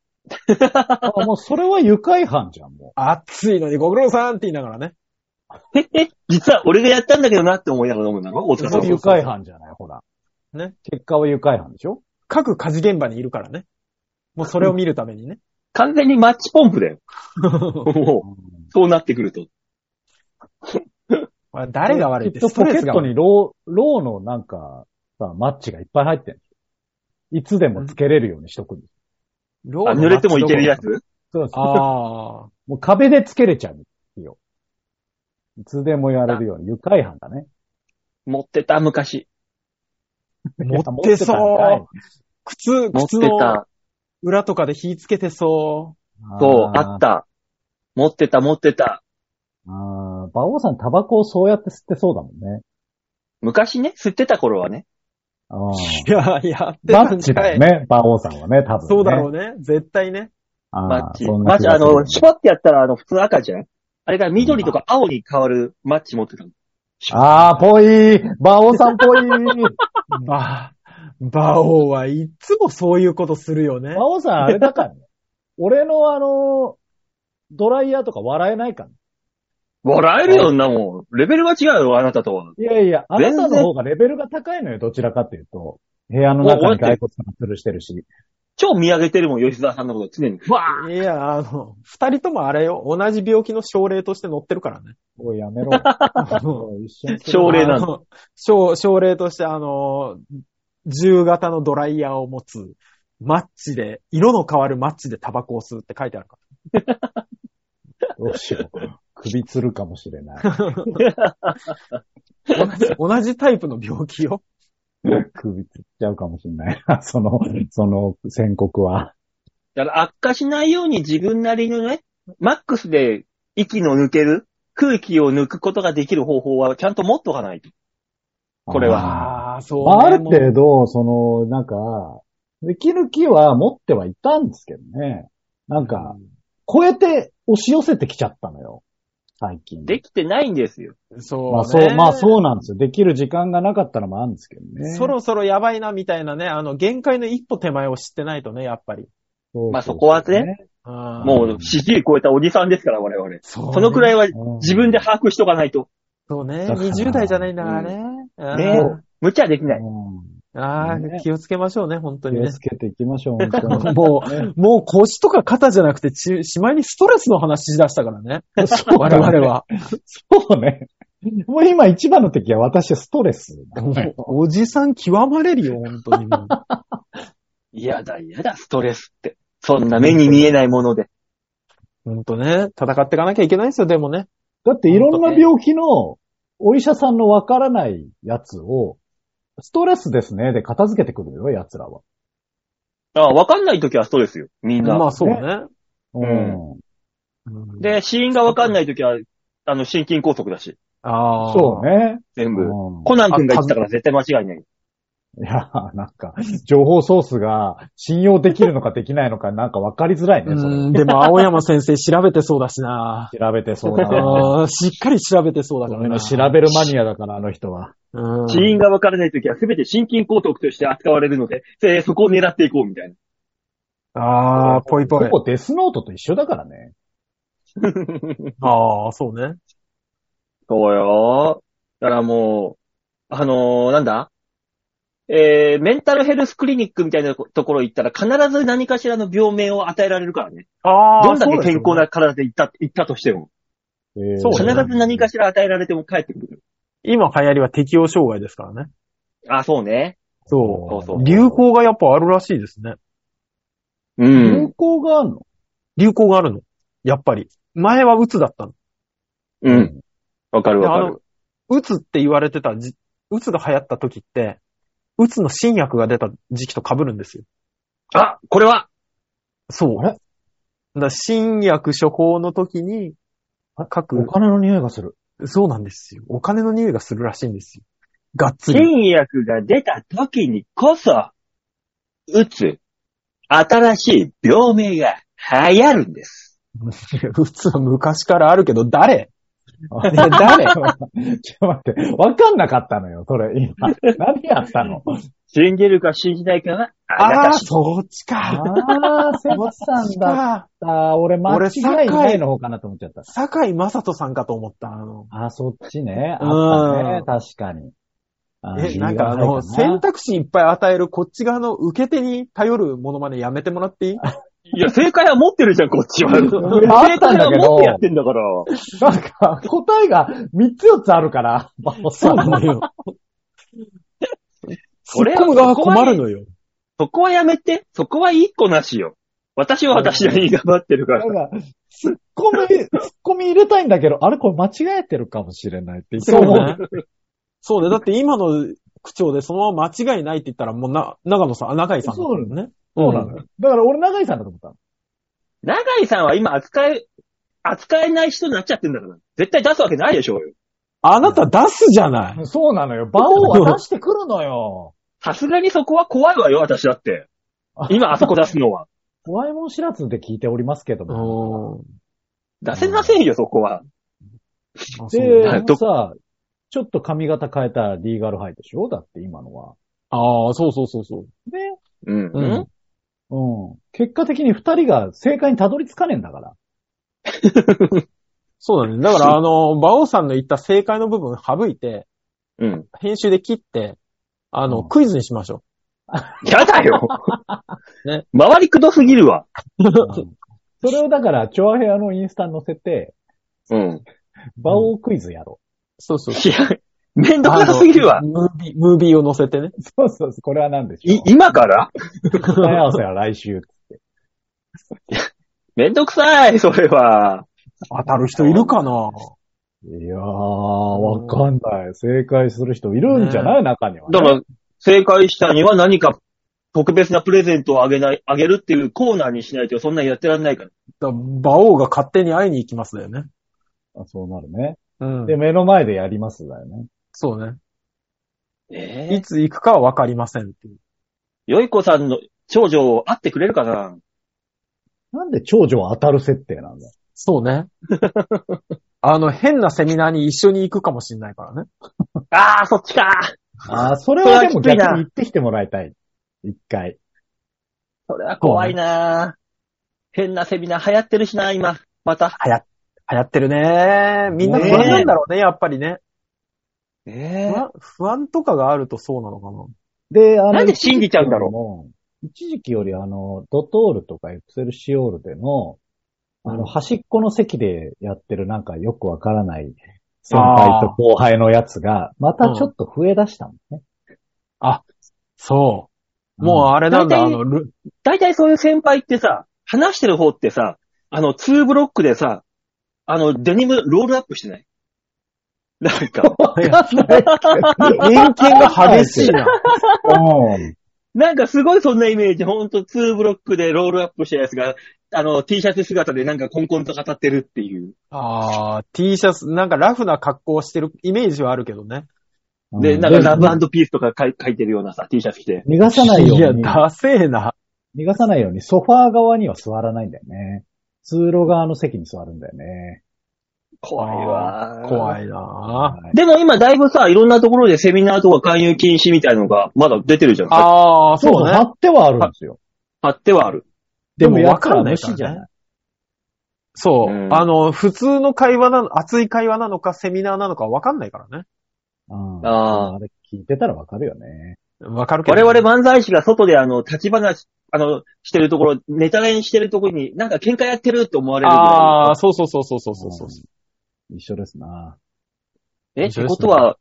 [SPEAKER 4] あもうそれは愉快犯じゃん、も
[SPEAKER 3] 暑いのにご苦労さんって言いながらね。
[SPEAKER 2] え、え、 (laughs) 実は俺がやったんだけどなって思いながら飲むんだろ大
[SPEAKER 4] う。
[SPEAKER 2] 塚さ
[SPEAKER 4] そ
[SPEAKER 2] ん
[SPEAKER 4] れ
[SPEAKER 2] も。
[SPEAKER 4] 愉快犯じゃない、ほら。
[SPEAKER 3] ね。
[SPEAKER 4] 結果は愉快犯でしょ
[SPEAKER 3] 各火事現場にいるからね。もうそれを見るためにね。
[SPEAKER 2] 完全にマッチポンプだよ。もう、 (laughs) そうなってくると。
[SPEAKER 3] まあ誰が悪いっ
[SPEAKER 4] き
[SPEAKER 3] て
[SPEAKER 4] っと
[SPEAKER 3] スト
[SPEAKER 4] ポケ
[SPEAKER 3] レス
[SPEAKER 4] ッ
[SPEAKER 3] が
[SPEAKER 4] ト
[SPEAKER 3] 悪い。
[SPEAKER 4] にロー、ローのなんか、さ、マッチがいっぱい入ってんのいつでもつけれるようにしとくんです。
[SPEAKER 3] ロー
[SPEAKER 2] あ、
[SPEAKER 3] の
[SPEAKER 2] 濡れてもいけるやつ
[SPEAKER 4] そうそう。
[SPEAKER 3] ああ。
[SPEAKER 4] もう壁でつけれちゃうんですよ。いつでもやれるように、愉快犯だね。
[SPEAKER 2] 持ってた、昔。
[SPEAKER 3] 持ってそう
[SPEAKER 4] 持ってたんかい
[SPEAKER 3] 靴、
[SPEAKER 2] 持っ
[SPEAKER 3] 靴
[SPEAKER 2] て
[SPEAKER 3] の
[SPEAKER 2] た。
[SPEAKER 3] 裏とかで火つけてそ
[SPEAKER 2] そう、あっ。
[SPEAKER 4] ー
[SPEAKER 2] た。持ってた、持ってた。
[SPEAKER 4] あー馬王さんタバコをそうやって吸ってそうだもんね。
[SPEAKER 2] 昔ね、吸ってた頃はね。
[SPEAKER 4] あ
[SPEAKER 3] う。
[SPEAKER 2] (laughs)
[SPEAKER 3] いや、やって
[SPEAKER 4] ー
[SPEAKER 3] た
[SPEAKER 4] マッ
[SPEAKER 3] ん
[SPEAKER 4] チ
[SPEAKER 3] かい。
[SPEAKER 4] だよね、馬王さんはね、多分、ね。
[SPEAKER 3] そうだろうね。絶対ね。
[SPEAKER 4] あー。
[SPEAKER 2] マッチ。
[SPEAKER 4] そん
[SPEAKER 2] マ
[SPEAKER 4] な
[SPEAKER 2] ッ
[SPEAKER 4] 気
[SPEAKER 2] チ、
[SPEAKER 4] が
[SPEAKER 2] あ
[SPEAKER 4] する
[SPEAKER 2] の、シュパってやったら、あの、普通の赤じゃんあれが緑とか青に変わるマッチ持ってたの。
[SPEAKER 4] あー、ぽい馬王さんぽい (laughs)
[SPEAKER 3] ば、馬王はいつもそういうことするよね。
[SPEAKER 4] 馬王さんあれだからね。俺のあの、ドライヤーとか笑えないから、ね。
[SPEAKER 2] 笑えるよ、んなもん。レベルが違うよ、あなたとは。
[SPEAKER 4] いやいや、あなた
[SPEAKER 2] 全然
[SPEAKER 4] の方がレベルが高いのよ、どちらかっていうと。部屋の中に骸骨が吊るしてるし。
[SPEAKER 2] 超見上げてるもん、吉沢さんのこと常に。ふわ
[SPEAKER 3] いや、あの、二人ともあれよ。同じ病気の症例として乗ってるからね。
[SPEAKER 4] おい、やめ
[SPEAKER 2] (laughs)
[SPEAKER 4] ろ。おい一緒にする
[SPEAKER 2] 症例なの
[SPEAKER 3] あの症症例として、あの、銃型のドライヤーを持つ、マッチで、色の変わるマッチでタバコを吸うって書いてあるか
[SPEAKER 4] どうしよう。首吊るかもしれない。
[SPEAKER 3] ら。
[SPEAKER 4] (laughs)
[SPEAKER 3] 同じ同じタイプの病気よ。
[SPEAKER 4] 首吊っちゃうかもしれない。 (laughs) その、その宣告は。
[SPEAKER 2] だから悪化しないように自分なりのね、マックスで息の抜ける、空気を抜くことができる方法はちゃんと持っとかないと。これは
[SPEAKER 4] あ
[SPEAKER 3] ああ、
[SPEAKER 4] ー。
[SPEAKER 3] そう、
[SPEAKER 4] まあ、ある
[SPEAKER 3] もう
[SPEAKER 4] 程度、その、なんか、息抜きは持ってはいたんですけどね。なんか、超えて押し寄せてきちゃったのよ。最近。
[SPEAKER 2] できてないんですよ。
[SPEAKER 3] そう、ね。
[SPEAKER 4] まあそう、まあそうなんですよ。できる時間がなかったのもあるんですけどね。
[SPEAKER 3] そろそろやばいなみたいなね、あの、限界の一歩手前を知ってないとね、やっぱり。
[SPEAKER 4] そう
[SPEAKER 2] まあそこはね。
[SPEAKER 3] も
[SPEAKER 2] もう、四十超えたおじさんですから、我々。
[SPEAKER 3] そうね、
[SPEAKER 2] そのくらいは
[SPEAKER 4] うん
[SPEAKER 2] 自分で把握しとかないと、
[SPEAKER 3] そうね。
[SPEAKER 4] だから
[SPEAKER 3] 20代じゃないんだからね。
[SPEAKER 2] ね
[SPEAKER 3] うん
[SPEAKER 2] 無茶できない。
[SPEAKER 4] うん
[SPEAKER 3] ああ、
[SPEAKER 4] ね
[SPEAKER 3] 気をつけましょうね、本当
[SPEAKER 4] 気
[SPEAKER 3] に
[SPEAKER 4] を
[SPEAKER 3] ね
[SPEAKER 4] つ。けていきましょう、本当
[SPEAKER 2] (laughs)
[SPEAKER 4] に。
[SPEAKER 3] も
[SPEAKER 4] ね
[SPEAKER 3] う、もう腰とか肩じゃなくて、ち、しまいにストレスの話し出したからね。 (laughs) 我々 (laughs) は。
[SPEAKER 4] そうね。もう今一番の敵は私ストレスだね。
[SPEAKER 3] おじさん極まれるよ、本当にもう。
[SPEAKER 2] 嫌だ、嫌だ、ストレスって。そんな目に見えないもので。
[SPEAKER 3] (laughs) 本当ね、戦っていかなきゃいけないんですよ、でもね。
[SPEAKER 4] だっていろんな病気のお医者さんのわからないやつを、ストレスですね、で片付けてくるよ、奴らは。
[SPEAKER 2] ああ、わかんないときはストレスよ。みんな。
[SPEAKER 3] まあそうね。
[SPEAKER 4] うん。
[SPEAKER 3] うん、
[SPEAKER 2] で、死因がわかんないときは、あの、心筋梗塞だし。
[SPEAKER 3] ああ。
[SPEAKER 4] そう。ね。
[SPEAKER 2] 全部。
[SPEAKER 4] うん
[SPEAKER 2] コナン君が言ってたから絶対間違いない。
[SPEAKER 4] いやー、なんか、情報ソースが信用できるのかできないのか、なんかわかりづらいね、それ。
[SPEAKER 3] ん、でも青山先生調べてそうだしな。
[SPEAKER 4] 調べ
[SPEAKER 3] (laughs)
[SPEAKER 4] てそうだな。
[SPEAKER 3] うんしっかり調べてそうだからな。
[SPEAKER 4] 調べるマニアだから、あの人は。
[SPEAKER 3] うん
[SPEAKER 2] 死因がわからないときは全て心筋梗塞として扱われるので、でそこを狙っていこうみたいな。
[SPEAKER 3] ああ、ぽいぽい
[SPEAKER 4] ほ。ぼデスノートと一緒だからね。
[SPEAKER 3] ああ、そうね。
[SPEAKER 2] (laughs) そうよ。だからもう、あのーなんだえー、メンタルヘルスクリニックみたいなところ行ったら必ず何かしらの病名を与えられるからね。
[SPEAKER 3] あ
[SPEAKER 2] どんだけ健康な体で行った、行ったとしても。
[SPEAKER 4] えー
[SPEAKER 3] そう
[SPEAKER 2] 必
[SPEAKER 3] ね
[SPEAKER 2] ず何かしら与えられても帰ってくる。
[SPEAKER 3] 今流行りは適応障害ですからね。
[SPEAKER 2] あ、そうね。
[SPEAKER 3] そ。
[SPEAKER 2] そうそう
[SPEAKER 3] 流行がやっぱあるらしいですね。
[SPEAKER 2] う
[SPEAKER 4] 流
[SPEAKER 2] ん。
[SPEAKER 4] 行があるの
[SPEAKER 3] 流行があるの。やっぱり。前は鬱だったの。
[SPEAKER 2] うん。わかる
[SPEAKER 3] であ
[SPEAKER 2] わか
[SPEAKER 3] の
[SPEAKER 2] る。、
[SPEAKER 3] 鬱って言われてたじ、鬱が流行った時って、鬱の新薬が出た時期と被るんですよ。
[SPEAKER 2] あ、これは
[SPEAKER 3] そう。
[SPEAKER 4] あれ
[SPEAKER 3] だから新薬処方の時に、
[SPEAKER 4] お
[SPEAKER 3] 各、
[SPEAKER 4] 金の匂いがする。
[SPEAKER 3] そうなんですよ。お金の匂いがするらしいんですよ。がっ (laughs) つり。
[SPEAKER 2] 新薬が出た時にこそ、打つ、新しい病名が流行るんです。
[SPEAKER 3] 普通は昔からあるけど、誰
[SPEAKER 4] (laughs)
[SPEAKER 3] ね
[SPEAKER 4] あ
[SPEAKER 3] 誰
[SPEAKER 4] ちょっと待って、わかんなかったのよ、それ、今。何やったの
[SPEAKER 2] 信じるか信じないかは、あな
[SPEAKER 3] ああ、
[SPEAKER 2] た
[SPEAKER 3] そっちか。
[SPEAKER 4] (laughs) あー、セブさんだっ
[SPEAKER 3] あ
[SPEAKER 4] た。俺、間
[SPEAKER 3] 俺
[SPEAKER 4] 違いないの方かなと思っちゃった。
[SPEAKER 3] 坂井正人さんかと思った。あの、
[SPEAKER 4] あー、そっちね。
[SPEAKER 3] うん
[SPEAKER 4] あったね、確かに。あー
[SPEAKER 3] え、なんかあ
[SPEAKER 4] 理由が
[SPEAKER 3] の、
[SPEAKER 4] いかな
[SPEAKER 3] 選択肢いっぱい与えるこっち側の受け手に頼るものまでやめてもらっていい
[SPEAKER 2] いや、正解は持ってるじゃん、こっ (laughs) ちは。正
[SPEAKER 4] あったん
[SPEAKER 2] 解
[SPEAKER 4] だ
[SPEAKER 2] は
[SPEAKER 4] け
[SPEAKER 2] 持
[SPEAKER 4] ど
[SPEAKER 2] ってやってんだから。
[SPEAKER 4] なんか、答えが3つ4つある (laughs) から。
[SPEAKER 3] そうなのよ。 (laughs)
[SPEAKER 2] それは
[SPEAKER 3] 突っ込む側困るのよ。
[SPEAKER 2] そこはやめて。そこは一個なしよ。私は私なりに頑張ってるか
[SPEAKER 4] な
[SPEAKER 2] ら。
[SPEAKER 4] んか、ツッコミ、ツッコミ入れたいんだけど、あれこれ間違えてるかもしれないって言って
[SPEAKER 3] そう
[SPEAKER 4] 思
[SPEAKER 3] ね。そうね。だって今の口調でそのまま間違いないって言ったらもうな、長野さん、あ長井さんだったもんね。
[SPEAKER 4] そうなのよ。だから俺長井さんだと思ったの。
[SPEAKER 2] 長井さんは今扱え、扱えない人になっちゃってんだから。絶対出すわけないでしょうよ。
[SPEAKER 3] あなた出すじゃない。
[SPEAKER 4] (laughs) そうなのよ。場を渡してくるのよ。
[SPEAKER 2] さすがにそこは怖いわよ、私だ (laughs) って。今あそこ出すのは。
[SPEAKER 4] 怖いもん知らずで聞いておりますけど
[SPEAKER 3] う
[SPEAKER 4] も。
[SPEAKER 3] ん。
[SPEAKER 2] 出せませんよ、そこは。
[SPEAKER 3] あそう
[SPEAKER 4] で、
[SPEAKER 3] ね
[SPEAKER 2] はい
[SPEAKER 4] あのさ、ちょっと髪型変えたリーガルハイでしょだって今のは。
[SPEAKER 3] ああ、そうそうそうそう。
[SPEAKER 4] で、
[SPEAKER 2] うん。
[SPEAKER 3] うん
[SPEAKER 4] うん。結果的に二人が正解にたどり着かねえんだから。
[SPEAKER 3] そうだね。だから、あの、馬王さんの言った正解の部分省いて、
[SPEAKER 2] うん。
[SPEAKER 3] 編集で切って、あの、
[SPEAKER 4] うん
[SPEAKER 3] クイズにしましょ
[SPEAKER 2] やだ (laughs) よ
[SPEAKER 3] ね
[SPEAKER 2] 周りくどすぎるわ。
[SPEAKER 4] うんそれをだから、チョアヘアのインスタに載せて、
[SPEAKER 2] うん。
[SPEAKER 4] バオクイズやろ
[SPEAKER 3] う。そうそう。
[SPEAKER 2] いや、めん
[SPEAKER 3] (laughs)
[SPEAKER 2] どくさすぎるわ
[SPEAKER 3] あ。のムービー、ムービーを載せて (laughs) ね。
[SPEAKER 4] う。そうそうそう、これは何でしょ、
[SPEAKER 2] いう今から
[SPEAKER 4] 答え合わせは来週。
[SPEAKER 2] めんどくさい、それは。
[SPEAKER 3] 当たる人いるかない
[SPEAKER 4] やー、わかんない。正解する人いるんじゃない中にはね、
[SPEAKER 2] だから、正解したには何か特別なプレゼントをあげない、あげるっていうコーナーにしないとそんなんやってらんないから。
[SPEAKER 3] だ馬王が勝手に会いに行きますだよね。
[SPEAKER 4] あそうなるね。
[SPEAKER 3] うん
[SPEAKER 4] で、。目の前でやりますだよね。
[SPEAKER 3] そうね。
[SPEAKER 2] え
[SPEAKER 3] いつ行くかはわかりませんっていう。
[SPEAKER 2] よいこさんの長女を会ってくれるかな
[SPEAKER 4] なんで長女は当たる設定なんだ
[SPEAKER 3] そうね。 (laughs) あの、変なセミナーに一緒に行くかもしれないからね。
[SPEAKER 2] ああ、そっちか。
[SPEAKER 4] あーそれはでも
[SPEAKER 2] それはきつい
[SPEAKER 4] 逆
[SPEAKER 2] な
[SPEAKER 4] に言ってきてもらいたい。一回。
[SPEAKER 2] それは怖いな変なセミナー流行ってるしな、今。また。
[SPEAKER 3] はや、流行ってるね。みんな不安なんだろうね、やっぱりね。
[SPEAKER 2] え
[SPEAKER 3] 不安、不安とかがあるとそうなのかな。
[SPEAKER 4] で、あの、
[SPEAKER 2] なんで信じちゃうんだろ
[SPEAKER 4] う一時期よりあの、ドトールとかエクセルシオールでの、あの、端っこの席でやってるなんかよくわからない先輩と後輩のやつが、またちょっと増え出したんですね。
[SPEAKER 3] そう。もうあれなんだ、
[SPEAKER 2] うん
[SPEAKER 3] あの、ル、
[SPEAKER 2] 大体そういう先輩ってさ、話してる方ってさ、あの、ツーブロックでさ、あの、デニムロールアップしてないなん (laughs) か、
[SPEAKER 4] 遠近が激し
[SPEAKER 2] (laughs)
[SPEAKER 4] いな。
[SPEAKER 2] なんかすごいそんなイメージ、ほんとツーブロックでロールアップしたやつが、あの、T シャツ姿でなんかコンコンと語ってるっていう。
[SPEAKER 3] (laughs) あー T シャツ、なんかラフな格好をしてるイメージはあるけどね。
[SPEAKER 4] うん
[SPEAKER 2] で、なんかラブピースとか書い書いてるようなさ、T シャツ着て。
[SPEAKER 4] 逃がさないよ
[SPEAKER 3] や、
[SPEAKER 4] うに、
[SPEAKER 3] ダセーな。
[SPEAKER 4] 逃がさないようにソファー側には座らないんだよね。通路側の席に座るんだよね。
[SPEAKER 2] 怖いわ。
[SPEAKER 3] 怖
[SPEAKER 2] い。
[SPEAKER 3] いな
[SPEAKER 4] はい
[SPEAKER 2] でも今だいぶさ、いろんなところでセミナーとか勧誘禁止みたいのがまだ出てるじゃん。あ
[SPEAKER 3] ああ、
[SPEAKER 4] そう
[SPEAKER 3] そう
[SPEAKER 4] 貼
[SPEAKER 3] ね。
[SPEAKER 4] ってはあるんですよ。
[SPEAKER 2] ってはある。
[SPEAKER 3] でもわかんないか
[SPEAKER 4] やつは無視じゃ
[SPEAKER 3] らね
[SPEAKER 4] な。い。
[SPEAKER 3] そう。
[SPEAKER 2] うん
[SPEAKER 3] あの、普通の会話なの、熱い会話なのか、セミナーなのかわかんないからね。
[SPEAKER 4] うん
[SPEAKER 2] あー
[SPEAKER 4] あれ聞いてたらわかるよね。
[SPEAKER 3] わかるけど
[SPEAKER 2] 我
[SPEAKER 3] ね、
[SPEAKER 2] 々漫才師が外であの、立ち話、あの、してるところ、ネタ練してるところに、なんか喧嘩やってるって思われるぐらい。
[SPEAKER 3] ああ、そうそうそうそうそうそうそう。
[SPEAKER 4] うん一緒ですな。
[SPEAKER 2] え、っ
[SPEAKER 3] 一緒
[SPEAKER 2] て
[SPEAKER 3] ですね
[SPEAKER 2] ことは、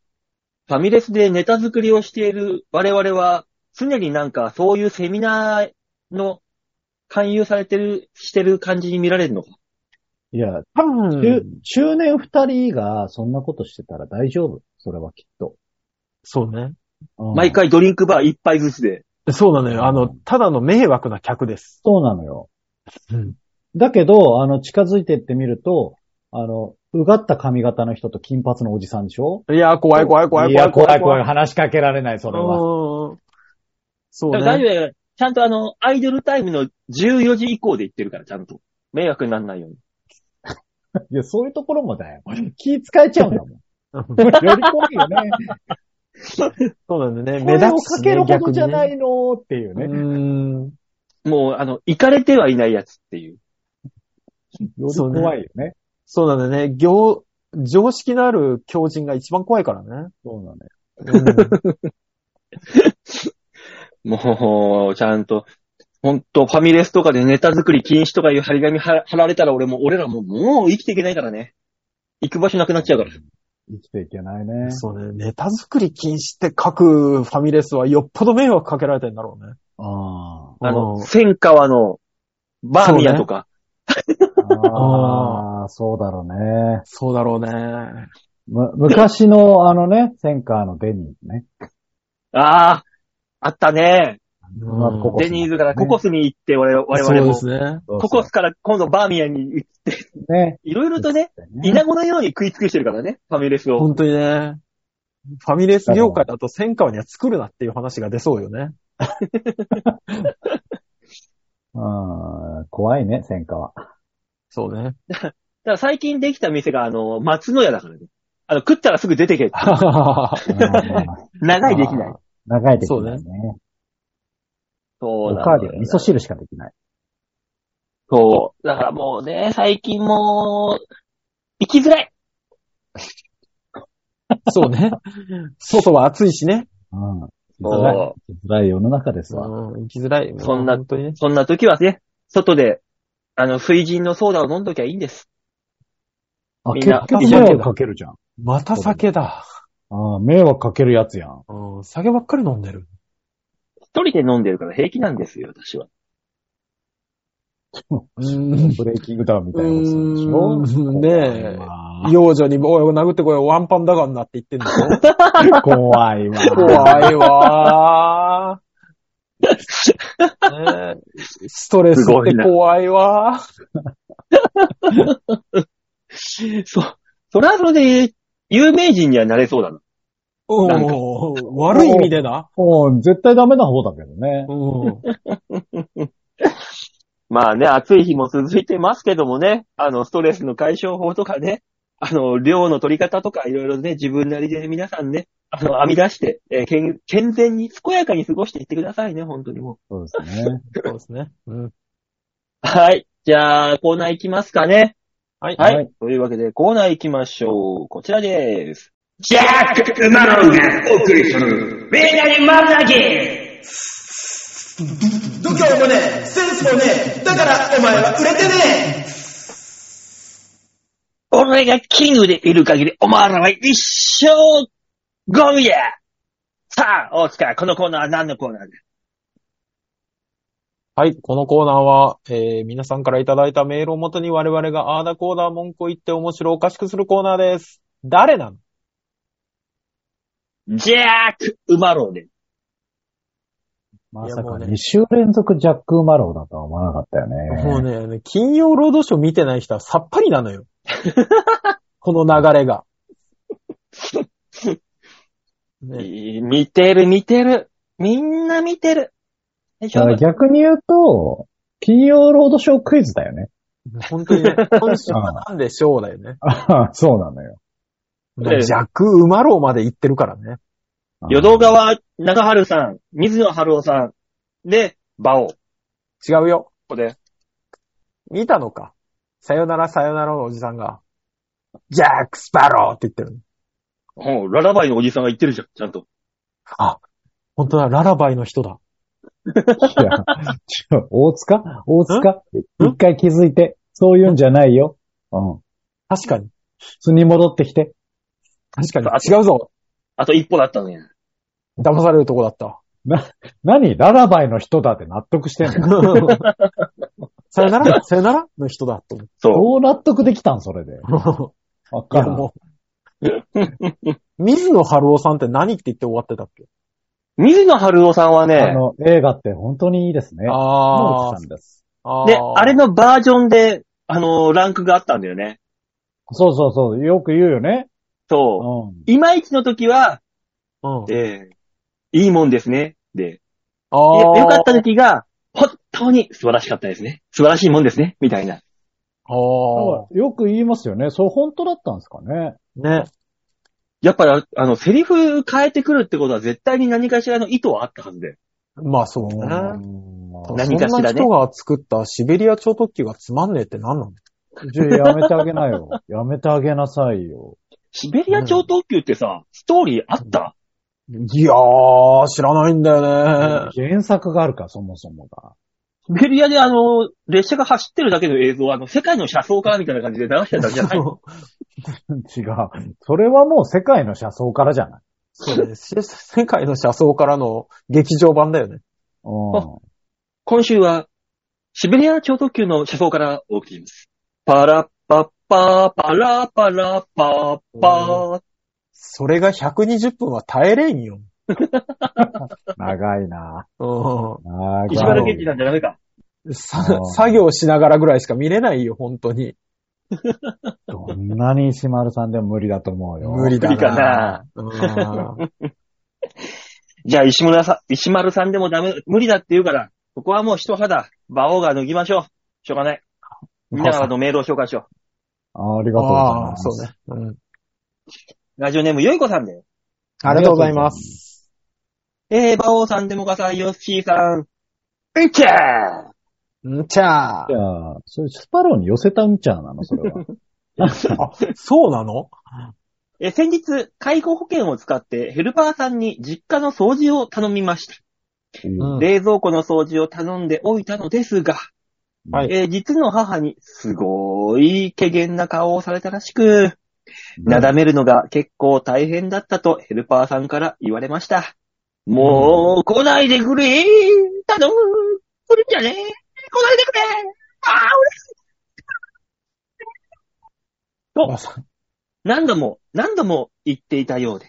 [SPEAKER 2] ファミレスでネタ作りをしている我々は、常になんかそういうセミナーの勧誘されてる、してる感じに見られるのか。
[SPEAKER 4] いや、
[SPEAKER 3] 多
[SPEAKER 4] 中
[SPEAKER 3] 分、
[SPEAKER 4] 中年二人がそんなことしてたら大丈夫。それはきっと。
[SPEAKER 3] そうね。
[SPEAKER 4] うん
[SPEAKER 2] 毎。回ドリンクバー一杯ずつで。
[SPEAKER 3] そうなのよ。あの、ただの迷惑な客です。
[SPEAKER 4] そうなのよ。
[SPEAKER 3] うん。
[SPEAKER 4] だけど、あの、近づいてってみると、あの、うがった髪型の人と金髪のおじさんでしょ
[SPEAKER 3] いやー、怖い怖い怖い怖い
[SPEAKER 4] や、怖い怖い。話しかけられない、それは。
[SPEAKER 3] うんそう
[SPEAKER 2] だから大丈
[SPEAKER 3] ね。
[SPEAKER 2] 夫だよ。ちゃんとあの、アイドルタイムの14時以降で行ってるから、ちゃんと。迷惑にならないように。
[SPEAKER 4] いや、そういうところもだよ。気使えち
[SPEAKER 3] (laughs)
[SPEAKER 4] ゃうんだもん。より怖いよね。
[SPEAKER 3] そうなんだね。目
[SPEAKER 4] 目
[SPEAKER 3] 立
[SPEAKER 4] 立
[SPEAKER 3] つ、ね
[SPEAKER 4] を、かけるほどじゃないいのっていう
[SPEAKER 3] ね。う
[SPEAKER 4] ね。
[SPEAKER 3] ーん。
[SPEAKER 2] もう、あの、行かれてはいないやつっていう。
[SPEAKER 4] より怖いよね。
[SPEAKER 3] そうなんだね。行、常識のある狂人が一番怖いからね。
[SPEAKER 4] そうなのよ。
[SPEAKER 2] もう、ちゃんと、ほんと、ファミレスとかでネタ作り禁止とかいう張り紙は貼られたら俺も、俺らもう、もう生きていけないからね。行く場所なくなっちゃうから。
[SPEAKER 4] 生きていけないね。
[SPEAKER 3] (laughs) そうね。ネタ作り禁止って各ファミレスはよっぽど迷惑かけられてんだろうね。
[SPEAKER 4] あ
[SPEAKER 2] あ
[SPEAKER 3] う
[SPEAKER 2] の、
[SPEAKER 3] ん
[SPEAKER 2] 千川の、バーミヤとか、
[SPEAKER 4] ーあー、そうだろうね。
[SPEAKER 3] そうだろうね。
[SPEAKER 4] む、昔のあのね、センカーのデニーズね。
[SPEAKER 2] ああ、あったね。
[SPEAKER 3] うん
[SPEAKER 4] まあここ
[SPEAKER 2] デニーズからココスに行って、我々我々も。
[SPEAKER 3] そうですね。
[SPEAKER 2] ココスから今度バーミヤンに行って、
[SPEAKER 4] ね。
[SPEAKER 2] いろいろとね、
[SPEAKER 4] ね
[SPEAKER 2] 稲子のように食い尽くしてるからね、ファミレスを。
[SPEAKER 3] 本当にね。ファミレス業界だと戦火には作るなっていう話が出そうよね。
[SPEAKER 4] うん怖いね、戦火は。
[SPEAKER 3] そう
[SPEAKER 2] (laughs)
[SPEAKER 3] ね。
[SPEAKER 2] だから最近できた店が、あの、松の屋だからね。あの、食ったらすぐ出てけ。
[SPEAKER 4] うん
[SPEAKER 2] 長いできない。
[SPEAKER 4] 長いできないね。
[SPEAKER 2] そ
[SPEAKER 4] お
[SPEAKER 2] うな
[SPEAKER 4] かわ
[SPEAKER 2] の
[SPEAKER 4] り
[SPEAKER 2] よ
[SPEAKER 4] は味噌汁しかできない。
[SPEAKER 2] そう。だからもうね、最近もう、生きづらい。
[SPEAKER 3] (laughs) そうね。外は暑いしね。
[SPEAKER 4] うん。生きづらい
[SPEAKER 2] そ
[SPEAKER 4] 生きづらい世の中ですわ。
[SPEAKER 3] うん、行きづらい。
[SPEAKER 2] そんな
[SPEAKER 3] 本当にね。
[SPEAKER 2] う。そんな時はね、外で、あの、水人のソーダを飲んどきゃいいんです。
[SPEAKER 4] あ、
[SPEAKER 2] み
[SPEAKER 4] 結
[SPEAKER 2] んな
[SPEAKER 4] 局迷惑かけるじゃん。
[SPEAKER 3] また酒だ。
[SPEAKER 4] ああ、迷惑かけるやつやん。
[SPEAKER 3] うん、酒ばっかり飲んでる。
[SPEAKER 2] 一人で飲んでるから平気なんですよ、私は。
[SPEAKER 3] うん。
[SPEAKER 4] ブレイキングダウンみたいなことするでし
[SPEAKER 3] うーん
[SPEAKER 4] ょ
[SPEAKER 3] ねえ幼女に、おい、殴ってこい、ワンパンだがんなって言ってんでし (laughs) ょ
[SPEAKER 4] え。怖いわ。
[SPEAKER 3] 怖いわ (laughs) ー。ねえストレスって怖いわー。
[SPEAKER 2] そう。それはそれで、有名人にはなれそうだな。なんか
[SPEAKER 3] おー悪い意味でな。
[SPEAKER 4] もう、絶対ダメな方だけどね。
[SPEAKER 3] うん
[SPEAKER 2] まあね、暑い日も続いてますけどもね、あの、ストレスの解消法とかね、あの、量の取り方とかいろいろね、自分なりで皆さんね、あの、編み出して、えー健健全に、健やかに過ごしていってくださいね、本当にもう。
[SPEAKER 4] そうですね。
[SPEAKER 3] そうですね。うん。
[SPEAKER 2] はい。じゃあ、コーナー行きますかね。
[SPEAKER 3] はい
[SPEAKER 2] はい。
[SPEAKER 4] はい
[SPEAKER 2] というわけで、コーナー行きましょう。こちらです。
[SPEAKER 1] ジャック・マロンがお送りする、メガネマタゲ
[SPEAKER 5] 度胸もねえ、センスもねえ、だからお前は売れてね
[SPEAKER 1] 俺がキングでいる限り、お前らは一生、ゴミやさあ、大塚、このコーナーは何のコーナーだ
[SPEAKER 3] はい、このコーナーは、えー、皆さんからいただいたメールをもとに我々がアーダコーダー文句を言って面白おかしくするコーナーです。誰なの
[SPEAKER 1] ジャック・マロンで。
[SPEAKER 4] ま
[SPEAKER 3] い
[SPEAKER 4] さ
[SPEAKER 3] やも
[SPEAKER 4] か
[SPEAKER 3] うね
[SPEAKER 4] 2週連続ジャック・マローだとは思わなかったよ
[SPEAKER 3] もう
[SPEAKER 4] ね。
[SPEAKER 3] ね、金曜ロードショー見てない人はさっぱりなの
[SPEAKER 2] (laughs)
[SPEAKER 3] よ。この流れが。ね、
[SPEAKER 2] 見てる見てる。みんな見てる。大丈
[SPEAKER 4] だから
[SPEAKER 2] 夫
[SPEAKER 4] 逆に言うと、金曜ロードショークイズだよね。 (laughs)
[SPEAKER 3] 本当にね、今週はなんでしょうだよね。
[SPEAKER 4] ああそうなのよ。
[SPEAKER 2] (laughs) ええ
[SPEAKER 3] 弱馬ろうまで行ってるからね。
[SPEAKER 4] ああ
[SPEAKER 2] 淀川長春さん、水野春夫さん、で、馬王。こ
[SPEAKER 3] 違うよ。
[SPEAKER 2] こで。
[SPEAKER 3] 見たのか。さよならさよならのおじさんが、ジャック・スパローって言ってるの。
[SPEAKER 2] うん、ララバイのおじさんが言ってるじゃん、ちゃんと。
[SPEAKER 3] あ、本当だ、ララバイの人だ。
[SPEAKER 4] いやちょ大塚大塚一回気づいて。そういうんじゃないよ。うん。
[SPEAKER 3] 確かに。
[SPEAKER 4] 素に戻ってきて。
[SPEAKER 2] (laughs)
[SPEAKER 3] 確かに。違うぞ。
[SPEAKER 2] あと一歩だったのに。
[SPEAKER 3] 騙されるとこだった。
[SPEAKER 4] 何ララバイの人だって納得してんの
[SPEAKER 3] (laughs) さよなら、さよならの人だと
[SPEAKER 2] そう。
[SPEAKER 4] どう納得できたんそれで。
[SPEAKER 3] 思
[SPEAKER 4] わ
[SPEAKER 3] う。い
[SPEAKER 4] か
[SPEAKER 3] や
[SPEAKER 4] る。
[SPEAKER 3] もう。水野春夫さんって何って言って終わってたっけ
[SPEAKER 2] 水野春夫さんは
[SPEAKER 4] あ
[SPEAKER 2] ね、
[SPEAKER 4] の、映画って本当にいいですね。
[SPEAKER 3] あ
[SPEAKER 4] 野口さんです。
[SPEAKER 3] あ。
[SPEAKER 2] で、あれのバージョンで、あのーランクがあったんだよね。
[SPEAKER 4] そうそうそう。よく言うよね。
[SPEAKER 2] そう。
[SPEAKER 4] う
[SPEAKER 2] いまいちの時は、
[SPEAKER 3] うん。
[SPEAKER 2] えーいいもんですね。で、
[SPEAKER 3] あ
[SPEAKER 2] で
[SPEAKER 3] あ。
[SPEAKER 2] よかった時が、本当に素晴らしかったですね。素晴らしいもんですね。みたいな。
[SPEAKER 3] ああ。
[SPEAKER 4] ん。よく言いますよね。そう本当だったんですかね。
[SPEAKER 3] ね。
[SPEAKER 2] やっぱり、あの、セリフ変えてくるってことは絶対に何かしらの意図はあったはずで。
[SPEAKER 3] まあそうね。
[SPEAKER 2] な
[SPEAKER 4] うん
[SPEAKER 2] 何かしらね
[SPEAKER 3] そんな人が作ったシベリア超特急がつまんねえって何なの
[SPEAKER 4] じゃあやめてあげなよ。 (laughs) やめてあげなさいよ。
[SPEAKER 2] シベリア超特急ってさ、ストーリーあった、
[SPEAKER 3] いやー、知らないんだよね。
[SPEAKER 4] 原作があるか、そもそもが。 (laughs)
[SPEAKER 2] シベリアであの、列車が走ってるだけの映像は、あの、世界の車窓かみたいな感じで流してたんじゃない
[SPEAKER 4] 違う。それはもう世界の車窓からじゃない。
[SPEAKER 3] そうね。し (laughs) 世界の車窓からの劇場版だよね。 (laughs)
[SPEAKER 4] うん。
[SPEAKER 2] 今週は、シベリア超特急の車窓からお送りします。パラッパッパー、パラパラパーパー。
[SPEAKER 3] それが120分は耐えれんよ。
[SPEAKER 4] 長いな。
[SPEAKER 3] う
[SPEAKER 4] 長い。
[SPEAKER 2] 石原健治なんじゃダメか。
[SPEAKER 3] ん。
[SPEAKER 4] あ
[SPEAKER 3] さ (laughs)
[SPEAKER 4] ー
[SPEAKER 3] 作業しながらぐらいしか見れないよ、本当に。
[SPEAKER 4] どんなに石丸さんでも無理だと思うよ。
[SPEAKER 3] 無理だ
[SPEAKER 2] 無理か
[SPEAKER 3] な
[SPEAKER 2] な。
[SPEAKER 3] うん
[SPEAKER 2] じゃあ、石村さん、石丸さんでもダメ、無理だって言うから、ここはもう一肌、馬王が脱ぎましょう。しょうがない。みんなからのメールを紹介しよ
[SPEAKER 4] あ。ありがとうござい
[SPEAKER 3] ああ、
[SPEAKER 4] ます。
[SPEAKER 3] そうね。うん
[SPEAKER 2] う。ラジオネーム、よいこさんだよ。
[SPEAKER 3] ありがとうございます。
[SPEAKER 2] えー、馬王さん、デモカさん、ヨッシーさん。いっちゃー
[SPEAKER 3] んちゃ
[SPEAKER 4] じゃあ、それスパローに寄せたうんちゃーなの、それ
[SPEAKER 3] (laughs)
[SPEAKER 4] は。
[SPEAKER 3] ー。そうなの
[SPEAKER 2] えー、先日、介護保険を使って、ヘルパーさんに実家の掃除を頼みました。
[SPEAKER 3] うん
[SPEAKER 2] 冷蔵庫の掃除を頼んでおいたのですが、
[SPEAKER 3] はい
[SPEAKER 2] えー実の母にすごい怪げな顔をされたらしく、なだめるのが結構大変だったとヘルパーさんから言われました。もう来ないでくれ頼む来るんじゃねえ来ないでくれああ、お
[SPEAKER 3] まさ
[SPEAKER 2] 俺何度も、何度も言っていたようで。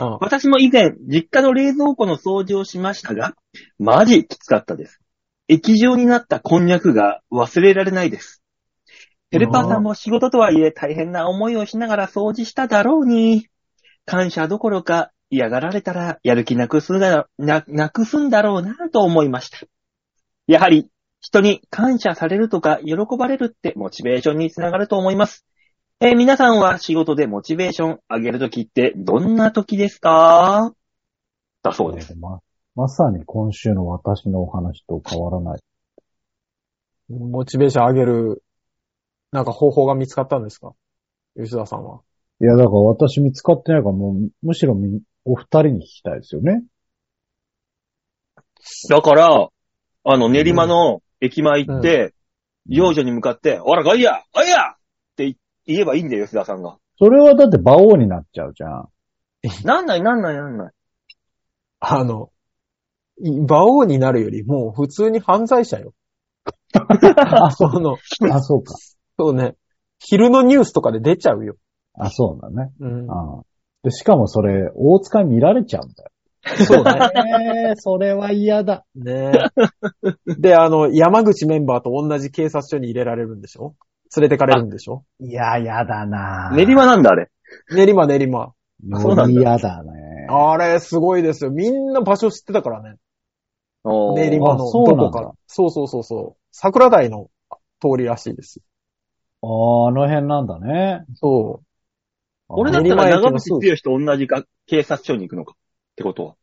[SPEAKER 3] うん
[SPEAKER 2] 私も以前、実家の冷蔵庫の掃除をしましたが、マジきつかったです。液状になったこんにゃくが忘れられないです。ヘルパーさんも仕事とはいえ大変な思いをしながら掃除しただろうに、感謝どころか嫌がられたらやる気なくすんだろななくすんだろうなと思いました。やはり、人に感謝されるとか喜ばれるってモチベーションにつながると思います。えー皆さんは仕事でモチベーション上げるときってどんなときですかだそうです。
[SPEAKER 4] ままさに今週の私のお話と変わらない。
[SPEAKER 3] モチベーション上げる、なんか方法が見つかったんですか吉田さんは。
[SPEAKER 4] いや、だから私見つかってないから、もう、むしろみお二人に聞きたいですよね。
[SPEAKER 2] だから、あの、練馬の駅前行って、幼女に向かって、おら、ガイアガイアって言えばいいんだよ、吉田さんが。
[SPEAKER 4] それはだって馬王になっちゃうじゃん。
[SPEAKER 2] (laughs) なんない、なんない、なんない。
[SPEAKER 3] あの、い馬王になるよりもう普通に犯罪 (laughs) 者よ。あ、その、
[SPEAKER 4] あ、そうか。
[SPEAKER 3] そうね。昼のニュースとかで出ちゃうよ。
[SPEAKER 4] あ、そうだね。
[SPEAKER 3] うん。
[SPEAKER 4] ああで、しかもそれ、大塚見られちゃうんだよ。
[SPEAKER 3] そうね。
[SPEAKER 4] (laughs) えー、それは嫌だ。
[SPEAKER 3] ねえ。で、あの、山口メンバーと同じ警察署に入れられるんでしょ連れてかれるんでしょ
[SPEAKER 4] いや、嫌だな
[SPEAKER 2] 練馬なんだ、あれ。
[SPEAKER 3] 練馬練馬。
[SPEAKER 2] そうなんだ
[SPEAKER 4] より嫌だね。
[SPEAKER 3] あれ、すごいですよ。みんな場所知ってたからね。
[SPEAKER 2] おー
[SPEAKER 3] 練馬
[SPEAKER 4] あ
[SPEAKER 3] の
[SPEAKER 4] そう
[SPEAKER 3] ど
[SPEAKER 4] なんだ
[SPEAKER 3] こか。そうそうそうそう。桜台の通りらしいです。
[SPEAKER 4] あーあの辺なんだね。
[SPEAKER 3] そう。
[SPEAKER 2] 俺だったら長渕剛と同じか警察署に行くのか。ってことは。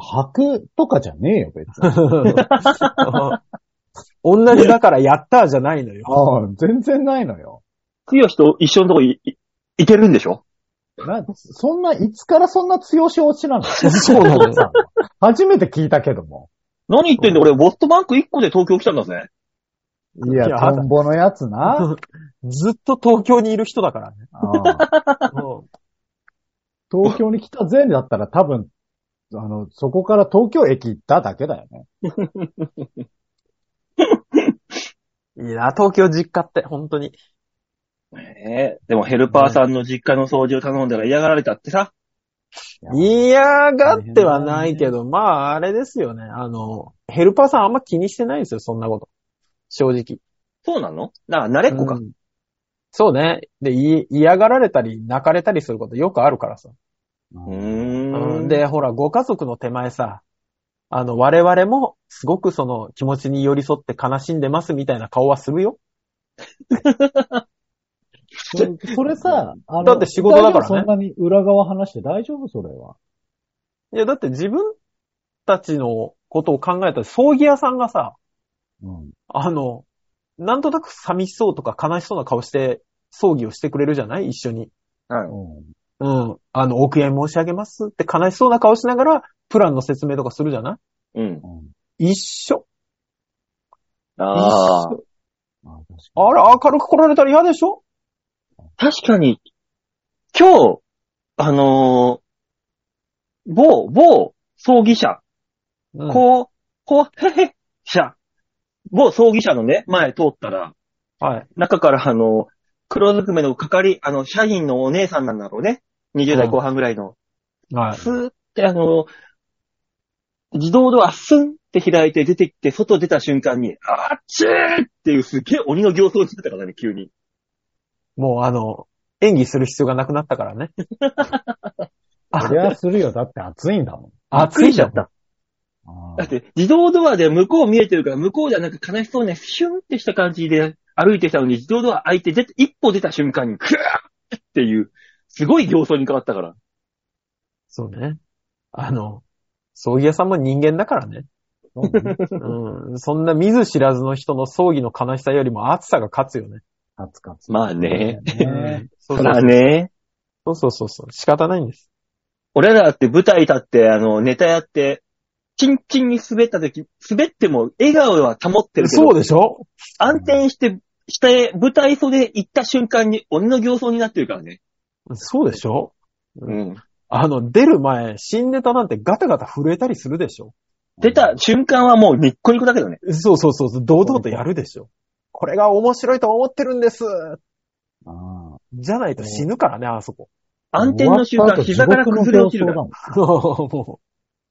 [SPEAKER 4] 白とかじゃねえよ、別に。
[SPEAKER 3] (laughs) 同じだからやったーじゃないのよ。
[SPEAKER 4] ああ、 (laughs) 全然ないのよ。
[SPEAKER 2] 剛と一緒のとこい、いいけるんでしょ
[SPEAKER 4] な、そんな、いつからそんな強し落ちなの
[SPEAKER 3] そうなのよ。
[SPEAKER 4] 初めて聞いたけども。
[SPEAKER 2] 何言ってんだ俺、ウォットバンク1個で東京来たんだぜ。
[SPEAKER 4] いや、
[SPEAKER 3] いや
[SPEAKER 4] トンボのやつな。
[SPEAKER 3] (laughs) ずっと東京にいる人だからね。
[SPEAKER 4] ああ
[SPEAKER 3] うん
[SPEAKER 4] 東京に来た前だったら多分、あの、そこから東京駅行っただけだよね。
[SPEAKER 3] いいな、東京実家って、本当に。
[SPEAKER 2] ええでもヘルパーさんの実家の掃除を頼んだら嫌がられたってさ。
[SPEAKER 3] 嫌がってはないけど、まあ、あれですよね。あの、ヘルパーさんあんま気にしてないですよ、そんなこと。正直。
[SPEAKER 2] そうなのな、慣れっこか。
[SPEAKER 3] うんそうね。で、い嫌がられたり、泣かれたりすることよくあるからさ。
[SPEAKER 2] う
[SPEAKER 3] う
[SPEAKER 2] ー
[SPEAKER 3] ん
[SPEAKER 2] ん。
[SPEAKER 3] で、ほら、ご家族の手前さ、あの、我々も、すごくその、気持ちに寄り添って悲しんでますみたいな顔はするよ。
[SPEAKER 4] それそれさ、あの
[SPEAKER 3] だって仕事だからね
[SPEAKER 4] 大丈夫そんなに裏側話して大丈夫それは。
[SPEAKER 3] いや、だって自分たちのことを考えたら、葬儀屋さんがさ、
[SPEAKER 4] うん。
[SPEAKER 3] あの、なんとなく寂しそうとか悲しそうな顔して、葬儀をしてくれるじゃない一緒に。
[SPEAKER 4] うん
[SPEAKER 3] うん。あの、お悔やみ申し上げますって悲しそうな顔しながら、プランの説明とかするじゃな
[SPEAKER 2] うん。
[SPEAKER 4] うん。
[SPEAKER 3] い一緒。
[SPEAKER 2] ああ。
[SPEAKER 4] あ確かに
[SPEAKER 3] あら、明るく来られたら嫌でしょ
[SPEAKER 2] 確かに、今日、あのー某、某葬儀社、
[SPEAKER 3] うん
[SPEAKER 2] こう、こう、へへ、社、某葬儀社のね、前通ったら、
[SPEAKER 3] はい。
[SPEAKER 2] 中からあの、黒ずくめの係、あの、社員のお姉さんなんだろうね。20代後半ぐらいの。
[SPEAKER 3] はい。
[SPEAKER 2] スーってあの、自動ドアスンって開いて出てきて、外出た瞬間に、あっちーっていうすげえ鬼の形相になったからね、急に。
[SPEAKER 3] もうあの、演技する必要がなくなったから (laughs) ね。あ
[SPEAKER 4] そりゃするよ。だって暑いんだもん。
[SPEAKER 3] 暑いじゃん。
[SPEAKER 4] あ
[SPEAKER 2] だって、自動ドアで向こう見えてるから、向こうじゃなく悲しそうに、シュンってした感じで歩いてきたのに、自動ドア開いて、出て一歩出た瞬間に、クーっていう、すごい形相に変わったから。
[SPEAKER 3] そうね。あの、葬儀屋さんも人間だから (laughs) ね。
[SPEAKER 4] そうね
[SPEAKER 3] うん。そんな見ず知らずの人の葬儀の悲しさよりも暑さが勝つよね。
[SPEAKER 4] 暑かった。
[SPEAKER 2] まあね。
[SPEAKER 4] ね。
[SPEAKER 3] (laughs) そう
[SPEAKER 2] そ
[SPEAKER 3] そう
[SPEAKER 2] らね。
[SPEAKER 3] そうそうそうそう。仕方ないんです。
[SPEAKER 2] 俺らだって舞台立って、あの、ネタやって、チンチンに滑った時、滑っても笑顔は保ってるけど、
[SPEAKER 3] そうでしょ
[SPEAKER 2] 暗転して、下へ舞台袖行った瞬間に鬼の形相になってるからね。
[SPEAKER 3] そうでしょ
[SPEAKER 2] うん。
[SPEAKER 3] あの、出る前、新ネタなんてガタガタ震えたりするでしょ
[SPEAKER 2] 出た瞬間はもうニッコニコだけどね。
[SPEAKER 3] そうそうそうそう、堂々とやるでしょこれが面白いと思ってるんです
[SPEAKER 4] ああ
[SPEAKER 3] じゃないと死ぬからね、あそこ。
[SPEAKER 2] 暗転の瞬間、膝から崩れ落ちるから。。
[SPEAKER 3] (laughs) も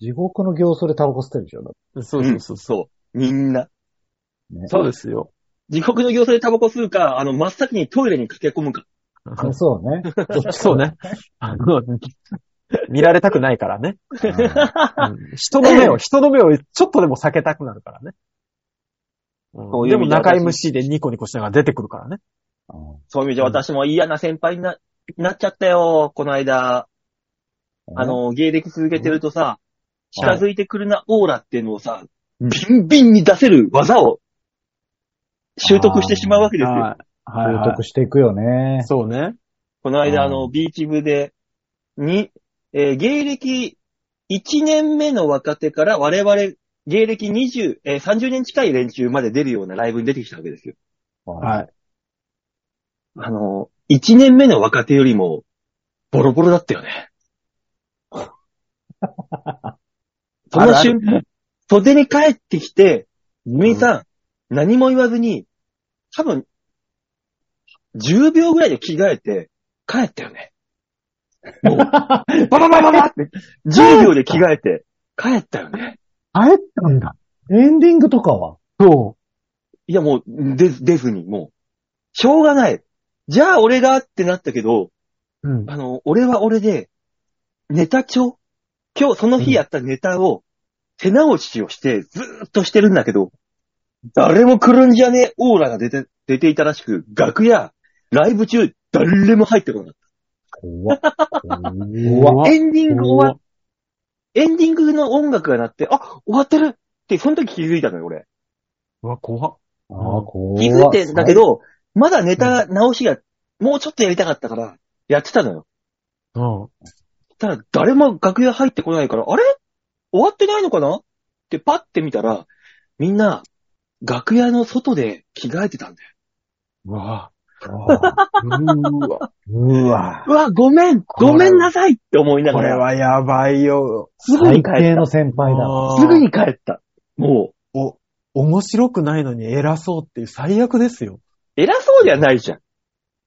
[SPEAKER 4] 地獄の行走でタバコ吸ってるでしょ。だって
[SPEAKER 3] うそうそうそう。
[SPEAKER 2] そう。みんな。
[SPEAKER 4] ね
[SPEAKER 3] そうですよ。
[SPEAKER 2] 地獄の行政でタバコ吸うか、あの、真っ先にトイレに駆け込むか。
[SPEAKER 3] (laughs)
[SPEAKER 4] そうね。
[SPEAKER 3] そうね。あの、 (laughs) 見られたくないからね。
[SPEAKER 4] あ
[SPEAKER 3] うん人の目を、人の目をちょっとでも避けたくなるからね。
[SPEAKER 2] そう
[SPEAKER 3] う
[SPEAKER 2] いう
[SPEAKER 3] ん、で
[SPEAKER 2] 意
[SPEAKER 3] も
[SPEAKER 2] 味で
[SPEAKER 3] 中 MC でニコニコしながら出てくるからね。
[SPEAKER 4] あ
[SPEAKER 2] そういう意味じゃ私も嫌な先輩にな、なっちゃったよ。この間、あ、の、芸歴続けてるとさ、近づいてくるなオーラっていうのをさ、ビンビンに出せる技を習得してしまうわけですよ。
[SPEAKER 3] い。
[SPEAKER 4] 習得していくよね。
[SPEAKER 3] そうね。
[SPEAKER 2] この間、あ
[SPEAKER 3] う
[SPEAKER 2] の、ビーチ部で、に、えー芸歴1年目の若手から我々、芸歴20、えー30年近い連中まで出るようなライブに出てきたわけですよ。
[SPEAKER 6] はい。
[SPEAKER 2] あの、1年目の若手よりも、ボロボロだったよね。その瞬間、袖に帰ってきて、ユミさん、何も言わずに、多分、10秒ぐらいで着替えて、帰ったよね。もう、バババババって、10秒で着替えて、帰ったよね。
[SPEAKER 3] 帰ったんだ。
[SPEAKER 4] エンディングとかは
[SPEAKER 3] そ
[SPEAKER 2] いや、もう、出ず、出ずに、もう、しょうがない。じゃあ、俺がってなったけど、
[SPEAKER 3] う。うん。
[SPEAKER 2] あの、俺は俺で、ネタ帳今日その日やったネタを、手直しをして、ずーっとしてるんだけど、誰も来るんじゃねえオーラが出て、出ていたらしく、楽屋、ライブ中、誰も入ってこなかっ
[SPEAKER 4] 怖っ
[SPEAKER 3] 怖
[SPEAKER 2] た。
[SPEAKER 3] っ
[SPEAKER 2] エンディング終わっ、エンディングの音楽が鳴って、あ、終わってるって、その時気づいたのよ、俺。
[SPEAKER 3] うわ、怖っ。
[SPEAKER 4] ああ、怖
[SPEAKER 2] 気づいてんだけど、まだネタ直しが、もうちょっとやりたかったから、やってたのよ。
[SPEAKER 3] うん。
[SPEAKER 2] ただ誰も楽屋入ってこないから、あれ終わってないのかなってパッて見たら、みんな、楽屋の外で着替えてたんだよ。
[SPEAKER 3] う (laughs) わ。
[SPEAKER 4] あ
[SPEAKER 3] うーわ。
[SPEAKER 4] うわ。
[SPEAKER 2] うわ、ごめんごめんなさいって思いな
[SPEAKER 3] こ
[SPEAKER 2] が
[SPEAKER 3] れ
[SPEAKER 2] ら、
[SPEAKER 3] はやばいよ。
[SPEAKER 2] すぐに
[SPEAKER 4] 最
[SPEAKER 2] 帰
[SPEAKER 4] 低
[SPEAKER 2] っ
[SPEAKER 4] の先輩
[SPEAKER 2] た。
[SPEAKER 4] だ。
[SPEAKER 3] あー
[SPEAKER 2] すぐに帰った。も
[SPEAKER 3] 面白くないのに偉そうっていう最悪ですよ。
[SPEAKER 2] う、偉そうじゃないじゃん。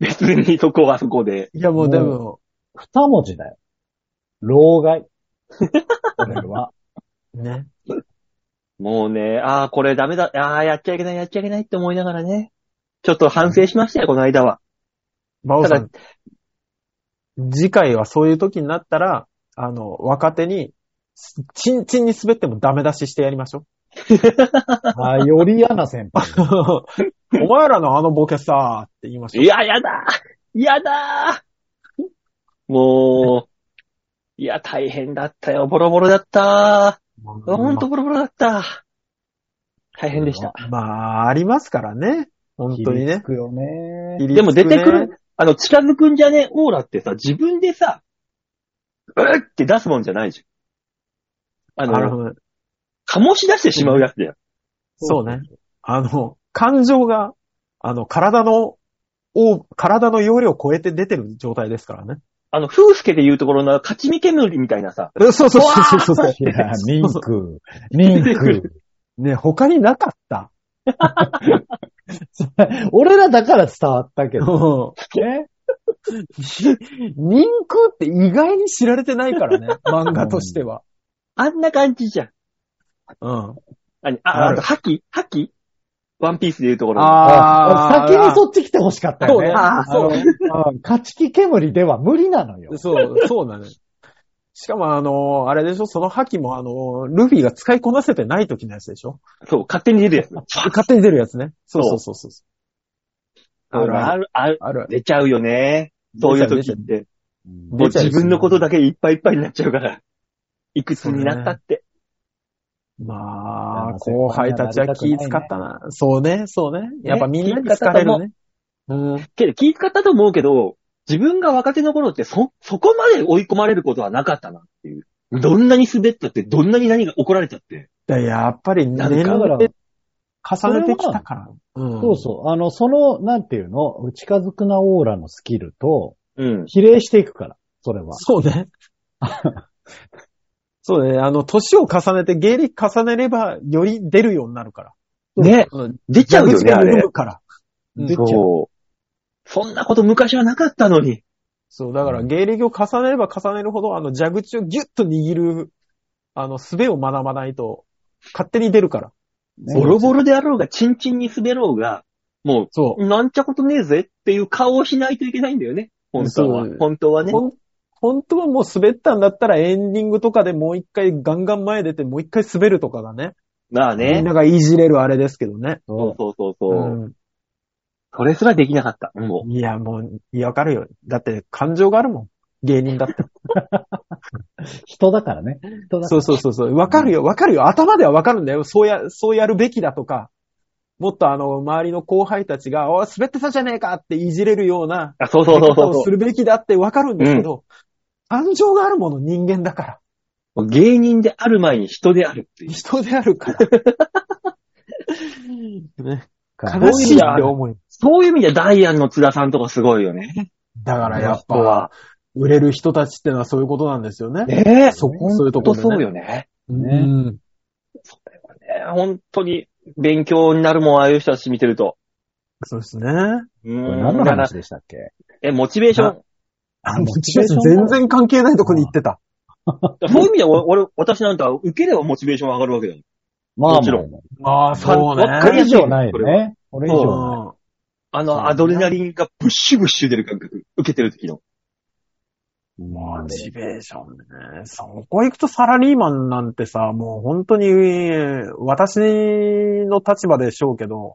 [SPEAKER 2] 別にそこはそこで。
[SPEAKER 3] いや、もうでも、
[SPEAKER 4] 二文字だよ。老害。これは。
[SPEAKER 3] ね。
[SPEAKER 2] もうね、ああ、これダメだ。ああ、やっちゃいけない、やっちゃいけないって思いながらね。ちょっと反省しましたよ、この間は。
[SPEAKER 3] バオさ
[SPEAKER 2] た
[SPEAKER 3] ん、次回はそういう時になったら、あの、若手に、すチンチンに滑ってもダメ出ししてやりましょ
[SPEAKER 4] あーより嫌な先輩。
[SPEAKER 3] (laughs) う。お前らのあのボケさーって言いましょう
[SPEAKER 2] い。や、やだやだもう、いや、大変だったよ。ボロボロだった。ほんとボロボロだった。大変でした。
[SPEAKER 3] まあ、ありますからね。本当に
[SPEAKER 4] 響
[SPEAKER 3] ね。
[SPEAKER 4] くよね。
[SPEAKER 3] で
[SPEAKER 2] でも出てくる、あの、近づくんじゃねえオーラってさ、自分でさ、うっって出すもんじゃないじゃん。あ
[SPEAKER 3] なる
[SPEAKER 2] の、
[SPEAKER 3] ほど。
[SPEAKER 2] 醸し出してしまうやつだよ。
[SPEAKER 3] そうね。あの、感情が、あの、体の、を、体の容量を超えて出てる状態ですからね。
[SPEAKER 2] あの、風助で言うところの、勝ち見煙みたいなさ、
[SPEAKER 3] えそうそうそうそうそう。
[SPEAKER 4] (laughs) いや、ミンク。ミンク。
[SPEAKER 3] (laughs) ね、他になか (laughs) った。
[SPEAKER 4] (laughs) 俺らだから伝わったけ
[SPEAKER 3] う
[SPEAKER 4] ど
[SPEAKER 3] ん
[SPEAKER 4] ね。
[SPEAKER 3] 人空って意外に知られてないから (laughs) ね、漫画としては。
[SPEAKER 2] あんな感じじゃん。
[SPEAKER 3] うん。
[SPEAKER 2] あ、ああと、覇気覇気ワンピースで言うところの。
[SPEAKER 3] あ
[SPEAKER 4] 先にそっち来てほしかったよね。
[SPEAKER 3] そうね。
[SPEAKER 4] あのうん勝ち気煙では無理なのよ
[SPEAKER 3] そう。そう、そうなのよ。しかも、あのーあれでしょその覇気も、あのールフィが使いこなせてない時のやつでしょ
[SPEAKER 2] そう、勝手に出
[SPEAKER 3] (laughs)
[SPEAKER 2] るやつ。
[SPEAKER 3] 勝手に出るやつね。そうそうそうそう。
[SPEAKER 2] あるある、ある、
[SPEAKER 3] ある。
[SPEAKER 2] 出ちゃうよね。そういう時
[SPEAKER 3] 出ちゃ
[SPEAKER 2] っ
[SPEAKER 3] う
[SPEAKER 2] て。
[SPEAKER 4] うん
[SPEAKER 2] もう
[SPEAKER 3] 出ちゃう
[SPEAKER 2] 自分のことだけいっぱいいっぱいになっちゃうから。いくつになったって。
[SPEAKER 3] ま
[SPEAKER 4] い
[SPEAKER 3] あ、
[SPEAKER 4] や
[SPEAKER 3] 後輩たちは気使ったな。そうね、そうね。やっぱみんなに好かれるね。うん。
[SPEAKER 2] けど、気遣ったと思うけど、自分が若手の頃ってそ、そこまで追い込まれることはなかったなっていう。どんなに滑ったって、どんなに何が怒られちゃって。
[SPEAKER 3] だやっぱり年齢
[SPEAKER 4] だから
[SPEAKER 3] 重ねてきたから。うん。
[SPEAKER 4] そうそう。あの、その、なんていうの、近づくなオーラのスキルと、
[SPEAKER 2] うん。
[SPEAKER 4] 比例していくから、それは。
[SPEAKER 3] そうね。 (laughs) そうね。あの、年を重ねて、芸歴重ねれば、より出るようになるから。
[SPEAKER 2] ね、
[SPEAKER 3] あの
[SPEAKER 2] 出ちゃうよ
[SPEAKER 3] 蛇口
[SPEAKER 2] ね、
[SPEAKER 3] が
[SPEAKER 2] あれ
[SPEAKER 3] 緩。むから。うん
[SPEAKER 4] 出ちゃう
[SPEAKER 2] そう。そんなこと昔はなかったのに。
[SPEAKER 3] そう、だから芸歴を重ねれば重ねるほど、あの、蛇口をギュッと握る、あの、術を学ばないと、勝手に出るから。
[SPEAKER 4] ね
[SPEAKER 2] ボロボロであろうが、チンチンに滑ろうが、も、
[SPEAKER 3] そう
[SPEAKER 2] なんちゃことねえぜっていう顔をしないといけないんだよね。本当は
[SPEAKER 3] そう。
[SPEAKER 2] 本当は
[SPEAKER 3] う。
[SPEAKER 2] ね。
[SPEAKER 3] ほん本当はもう滑ったんだったらエンディングとかでもう一回ガンガン前出てもう一回滑るとかがね。
[SPEAKER 2] まあ
[SPEAKER 3] みん
[SPEAKER 2] ね。
[SPEAKER 3] ながいじれるあれですけどね。
[SPEAKER 2] そうそうそうそうう。
[SPEAKER 3] ん。
[SPEAKER 2] それすらできなかった。も
[SPEAKER 3] いや、もう、いや、わかるよ。だって、感情があるもん。芸人だって。
[SPEAKER 4] 人だからね。人だか
[SPEAKER 3] そ
[SPEAKER 4] ら
[SPEAKER 3] うそうそうそう。わかるよ、わかるよ。頭ではわかるんだよ。そうや、そうやるべきだとか。もっとあの、周りの後輩たちが、おい滑ってたじゃねえかっていじれるような、
[SPEAKER 2] あ、そうそう
[SPEAKER 3] 出
[SPEAKER 2] そう
[SPEAKER 3] 方
[SPEAKER 2] そう
[SPEAKER 3] をするべきだってわかるんですけど、感情があるもの人間だから。
[SPEAKER 2] 芸人である前に人であるっていう。
[SPEAKER 3] 人であるから。ね、
[SPEAKER 4] か
[SPEAKER 3] 悲しいって思い。
[SPEAKER 2] そういう意味ではダイアンの津田さんとかすごいよね。
[SPEAKER 3] だからやっ
[SPEAKER 2] あの人
[SPEAKER 3] ぱ
[SPEAKER 2] は、
[SPEAKER 3] 売れる人たちってのはそういうことなんですよね。
[SPEAKER 2] ねえ。
[SPEAKER 3] そ
[SPEAKER 2] ほ
[SPEAKER 3] こ、そういうんと
[SPEAKER 2] と
[SPEAKER 3] ころ
[SPEAKER 2] そう
[SPEAKER 3] でね。
[SPEAKER 2] よね。
[SPEAKER 3] うん。
[SPEAKER 2] ね本当に勉強になるもん、ああいう人たち見てると。
[SPEAKER 3] そうですね。
[SPEAKER 2] うん
[SPEAKER 4] 何の
[SPEAKER 2] だから
[SPEAKER 4] 話でしたっけ
[SPEAKER 2] え、モチベーション。
[SPEAKER 3] あ
[SPEAKER 4] モチベーション
[SPEAKER 3] 全然関係ないとこに行ってた。
[SPEAKER 2] そういう意味では、俺、私なんか受ければモチベーション上がるわけだよ。
[SPEAKER 4] まあ、
[SPEAKER 2] もちろん
[SPEAKER 4] ん。
[SPEAKER 3] まあ、そうね。
[SPEAKER 4] これ以上ないよ
[SPEAKER 2] それ
[SPEAKER 4] ね。これ以上ない。
[SPEAKER 3] うん
[SPEAKER 2] あ
[SPEAKER 3] そう
[SPEAKER 2] の、アドレナリンがブッシュブッシュ出る感覚。受けてる時の。
[SPEAKER 4] まあ
[SPEAKER 3] モ
[SPEAKER 4] ね
[SPEAKER 3] チベーションね。そこ行くとサラリーマンなんてさ、もう本当に、私の立場でしょうけど、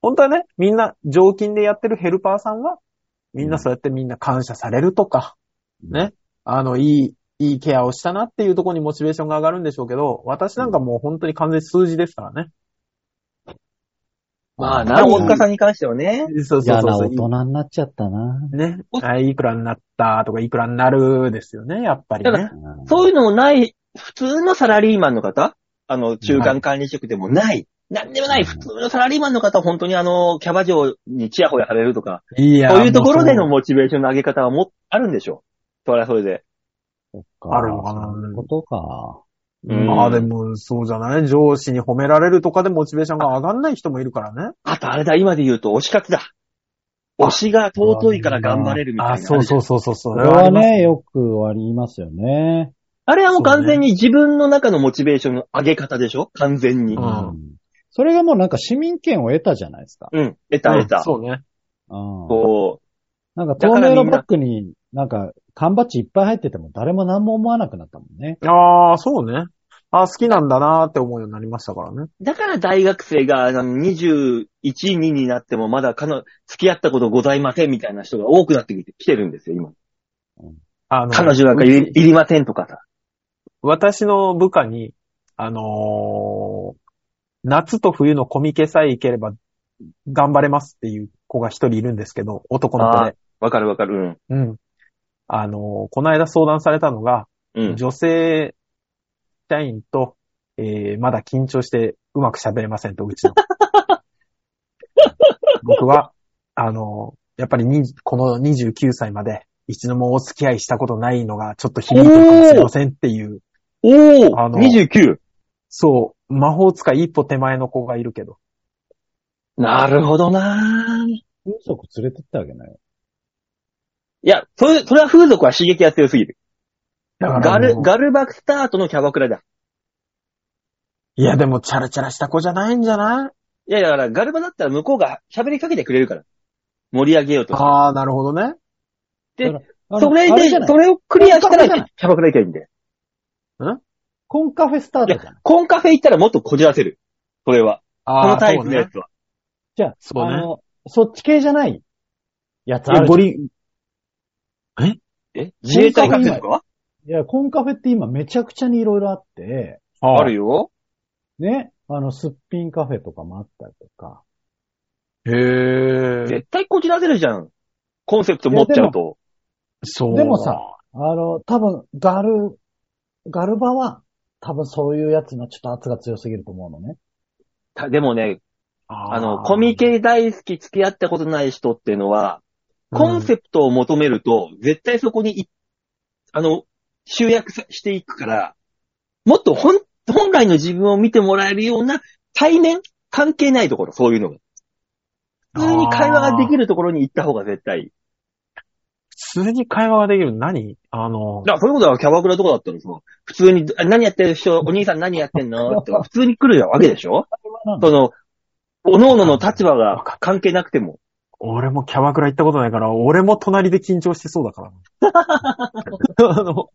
[SPEAKER 3] 本当はね、みんな、常勤でやってるヘルパーさんは、みんなそうやってみんな感謝されるとか、
[SPEAKER 4] うん
[SPEAKER 3] ね、あの、いい、いいケアをしたなっていうところにモチベーションが上がるんでしょうけど、私なんかもう本当に完全に数字ですからね。
[SPEAKER 2] まあな、
[SPEAKER 4] うん
[SPEAKER 2] 大塚さんに関してはね。
[SPEAKER 3] そうそう
[SPEAKER 4] 嫌
[SPEAKER 3] そう
[SPEAKER 4] な
[SPEAKER 3] そ
[SPEAKER 4] 大
[SPEAKER 3] う。
[SPEAKER 4] 人になっちゃったな。
[SPEAKER 3] ね。あいくらになったとか、いくらになるですよね、やっぱり
[SPEAKER 2] た
[SPEAKER 3] ね
[SPEAKER 2] だ。そういうのもない、普通のサラリーマンの方あの、中間管理職でもない。なんでもない、普通のサラリーマンの方は本当にあの、キャバ嬢にチヤホヤされるとか、
[SPEAKER 3] いや
[SPEAKER 2] そういうところで
[SPEAKER 3] も
[SPEAKER 2] のモチベーションの上げ方はも、あるんでしょう。それはそれで。
[SPEAKER 4] そっ
[SPEAKER 3] うあるのかな
[SPEAKER 4] そういうことか。
[SPEAKER 2] うん
[SPEAKER 3] まあでも、そうじゃない上司に褒められるとかでモチベーションが上がんない人もいるからね。
[SPEAKER 2] あとあれだ、今で言うと推し活だ。推しが尊いから頑張れるみたいな。
[SPEAKER 3] うそうそうそ
[SPEAKER 4] これはね、
[SPEAKER 3] よ
[SPEAKER 4] よくありますよね。
[SPEAKER 2] あれはもう完全に自分の中のモチベーションの上げ方でしょ完全に
[SPEAKER 3] う。ん
[SPEAKER 4] それがもうなんか市民権を得たじゃないですか。
[SPEAKER 2] うん。得た得た。
[SPEAKER 3] そうね。
[SPEAKER 4] うん
[SPEAKER 2] こ
[SPEAKER 4] なんか
[SPEAKER 2] だ
[SPEAKER 4] 透
[SPEAKER 2] からみんな
[SPEAKER 4] 明のパックになんか缶バッジいっぱい入ってても誰も何も思わなくなったもんね。
[SPEAKER 3] ああ、そうね。ああ、好きなんだなーって思うようになりましたからね。
[SPEAKER 2] う。だから大学生があの21、2になってもまだかの、付き合ったことございませんみたいな人が多くなってきてきてるんですよ、今。
[SPEAKER 3] あの、
[SPEAKER 2] 彼女なんかいりいりませんとかさ。
[SPEAKER 3] 私の部下に、あのー夏と冬のコミケさえ行ければ頑張れますっていう子が一人いるんですけど、男の子で。
[SPEAKER 2] わかるわかる。
[SPEAKER 3] うん。あのーこの間相談されたのが、
[SPEAKER 2] うん。うん。
[SPEAKER 3] 女性社員と、えー、まだ緊張してうまく喋れませんと、う
[SPEAKER 2] (laughs)
[SPEAKER 3] ちの。僕は、あの、やっぱりにこの29歳まで一度もお付き合いしたことないのがちょっと響いてるかもしれませんっていう、
[SPEAKER 2] おー
[SPEAKER 3] あの
[SPEAKER 2] !29!
[SPEAKER 3] そう、魔法使い一歩手前の子がいるけど。
[SPEAKER 2] なるほどなーい
[SPEAKER 4] 風俗連れてったわけないよ。
[SPEAKER 2] や、それ、それは風俗は刺激が強すぎる。
[SPEAKER 3] だから
[SPEAKER 2] ガル、
[SPEAKER 3] もう
[SPEAKER 2] ガルバクスタートのキャバクラだ。
[SPEAKER 3] いや、でもチャラチャラした子じゃないんじゃない
[SPEAKER 2] いや、だから、ガルバだったら向こうが喋りかけてくれるから。盛り上げようとして。
[SPEAKER 3] ああ、なるほどね。
[SPEAKER 4] あの
[SPEAKER 2] それ
[SPEAKER 4] あれ
[SPEAKER 2] で
[SPEAKER 4] じゃな、い
[SPEAKER 2] それをクリアしたら
[SPEAKER 4] コンカフェじゃない、
[SPEAKER 2] キャバクラ行けばいいんだよ。
[SPEAKER 4] コンカフェスタートじゃない。
[SPEAKER 2] コンカフェ行ったらもっとこじらせる。それは。こ
[SPEAKER 3] あ
[SPEAKER 2] の
[SPEAKER 3] あ、
[SPEAKER 2] タイ
[SPEAKER 3] そ
[SPEAKER 2] プ
[SPEAKER 3] う
[SPEAKER 2] のや
[SPEAKER 3] ね。
[SPEAKER 2] つは。
[SPEAKER 4] じゃあ、
[SPEAKER 3] そうね
[SPEAKER 4] あの、そっち系じゃないやつ
[SPEAKER 3] い
[SPEAKER 4] あ
[SPEAKER 3] や
[SPEAKER 4] るじ
[SPEAKER 3] ゴ
[SPEAKER 4] ゃん。い
[SPEAKER 3] リ、
[SPEAKER 2] え自衛隊活動とか
[SPEAKER 4] や、コンカフェって今めちゃくちゃにいろいろあって、
[SPEAKER 2] あるよ。
[SPEAKER 4] ね、あの、すっぴんカフェとかもあったりとか。
[SPEAKER 3] へえ。
[SPEAKER 2] 絶対こじらせるじゃん。コンセプト持っちゃうと。
[SPEAKER 3] そう。
[SPEAKER 4] でもさ、あの、多分、ガル、ガルバは、多分そういうやつのちょっと圧が強すぎると思うのね。
[SPEAKER 2] たでもね、
[SPEAKER 3] あー、
[SPEAKER 2] あの、コミケ大好き付き合ったことない人っていうのは、コンセプトを求めると、絶対そこにい、あの、集約さしていくから、もっと本、本来の自分を見てもらえるような対面関係ないところ、そういうのが。普通に会話ができるところに行った方が絶対いい。
[SPEAKER 3] 普通に会話ができる。何あの、
[SPEAKER 2] だからそういうことはキャバクラとかだったらさ、普通に、あ何やってる人、お兄さん何やってん (laughs) のとか、普通に来るわけでしょその、おのおのの立場が関係なくて (laughs) も。
[SPEAKER 3] 俺もキャバクラ行ったことないから、俺も隣で緊張してそうだから。あの、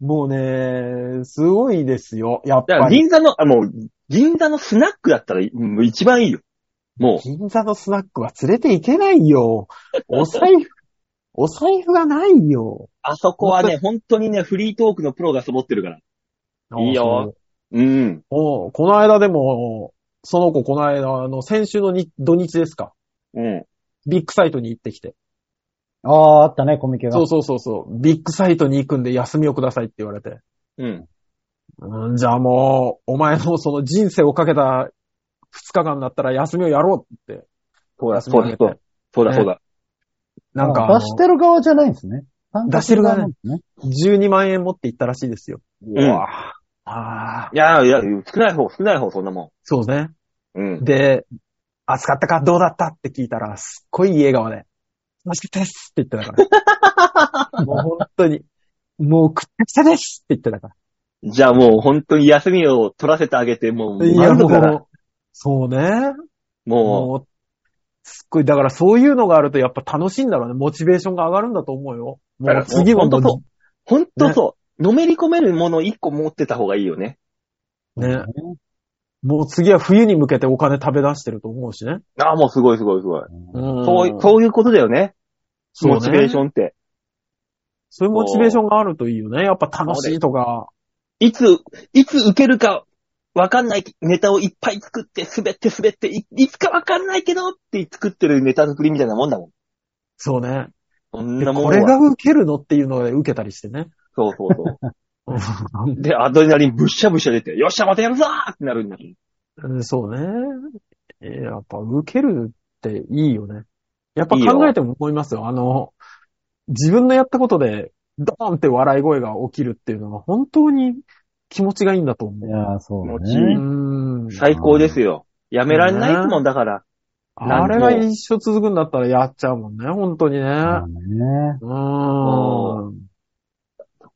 [SPEAKER 3] もうね、すごいですよ。やっ
[SPEAKER 2] だか
[SPEAKER 3] ぱ
[SPEAKER 2] ら
[SPEAKER 3] り。
[SPEAKER 2] 銀座の、あ、もう、銀座のスナックだったら、もう一番いいよ。もう。
[SPEAKER 3] 銀座のスナックは連れて行けないよ。お財布、 (laughs) お財布がないよ。
[SPEAKER 2] あそこはね、 (laughs) 本当にね、フリートークのプロが揃ってるから。いいよ。うん。
[SPEAKER 3] おこの間でも、その子この間、あの、先週のに土日ですか。
[SPEAKER 2] うん。
[SPEAKER 3] ビッグサイトに行ってきて。
[SPEAKER 4] ああ、あったね、コミケが。
[SPEAKER 3] そうそうそうそう。ビッグサイトに行くんで休みをくださいって言われて。
[SPEAKER 2] うん。
[SPEAKER 3] うん、じゃあもう、お前のその人生をかけた2日間だったら休みをやろうって。
[SPEAKER 2] そうだ、
[SPEAKER 3] 休み
[SPEAKER 2] そ
[SPEAKER 3] を
[SPEAKER 2] う
[SPEAKER 3] か
[SPEAKER 2] だ
[SPEAKER 3] け、
[SPEAKER 2] そうだ
[SPEAKER 3] て。
[SPEAKER 2] そうだ、そうだ。
[SPEAKER 3] なんか
[SPEAKER 4] あ
[SPEAKER 3] あの、
[SPEAKER 4] 出してる側じゃないんですね。
[SPEAKER 3] 出してる側なん
[SPEAKER 4] ですね。
[SPEAKER 3] 12万円持って行ったらしいですよ。
[SPEAKER 2] ん
[SPEAKER 3] うわああ、
[SPEAKER 2] いやいや、少ない方、少ない方、そんなも
[SPEAKER 3] そうね。
[SPEAKER 2] ん。うん。
[SPEAKER 3] で、暑かったかどうだったって聞いたら、すっごいいい笑顔で、楽しかったですって言ってた
[SPEAKER 2] (laughs)
[SPEAKER 3] から。もう本当に、もうくったくたですって言ってたか
[SPEAKER 2] じゃあもう本当に休みを取らせてあげて、も
[SPEAKER 3] ら。
[SPEAKER 2] う満足だな。
[SPEAKER 3] う、そうね。
[SPEAKER 2] も
[SPEAKER 3] もう、すっごい、だからそういうのがあるとやっぱ楽しいんだろうね。モチベーションが上がるんだと思うよ。も
[SPEAKER 2] だから
[SPEAKER 3] う次
[SPEAKER 2] も
[SPEAKER 3] も
[SPEAKER 2] う本当
[SPEAKER 3] も
[SPEAKER 2] そ本当そう。のめり込めるもの一個持ってた方がいいよね。
[SPEAKER 3] ね。もう次は冬に向けてお金食べ出してると思うしね。
[SPEAKER 2] ああ、もうすごいすごいすごい。
[SPEAKER 3] うん
[SPEAKER 2] そうい、そういうことだよね。
[SPEAKER 3] そうね
[SPEAKER 2] モチベーションって。
[SPEAKER 3] そういうモチベーションがあるといいよね。やっぱ楽しいとか。
[SPEAKER 2] いつ、いつ受けるかわかんないネタをいっぱい作って、滑って滑って、いいつかわかんないけどって作ってるネタ作りみたいなもんだもん。
[SPEAKER 3] そうね。
[SPEAKER 2] そん
[SPEAKER 3] で
[SPEAKER 2] なもん
[SPEAKER 3] こ
[SPEAKER 2] は
[SPEAKER 3] れが受けるのっていうので受けたりしてね。 (laughs)
[SPEAKER 2] そうそう (laughs) そう。 (laughs) で、アドレナリンぶっしゃぶっしゃ出て、よっしゃ、またやるぞーってなるんだけど。
[SPEAKER 3] うんそうね。えーやっぱ受けるっていいよね。やっぱ
[SPEAKER 2] いいよ
[SPEAKER 3] 考えても思いますよ。あの、自分のやったことで、ドーンって笑い声が起きるっていうのは本当に気持ちがいいんだと思。
[SPEAKER 4] いうやー、そうだ
[SPEAKER 2] もちろ
[SPEAKER 3] うん
[SPEAKER 4] ね。
[SPEAKER 3] ん。
[SPEAKER 2] 最高ですよ。やめられないもんだから。
[SPEAKER 3] あれが一生続くんだったらやっちゃうもんね。本当にね。
[SPEAKER 4] まあね。
[SPEAKER 3] うーん。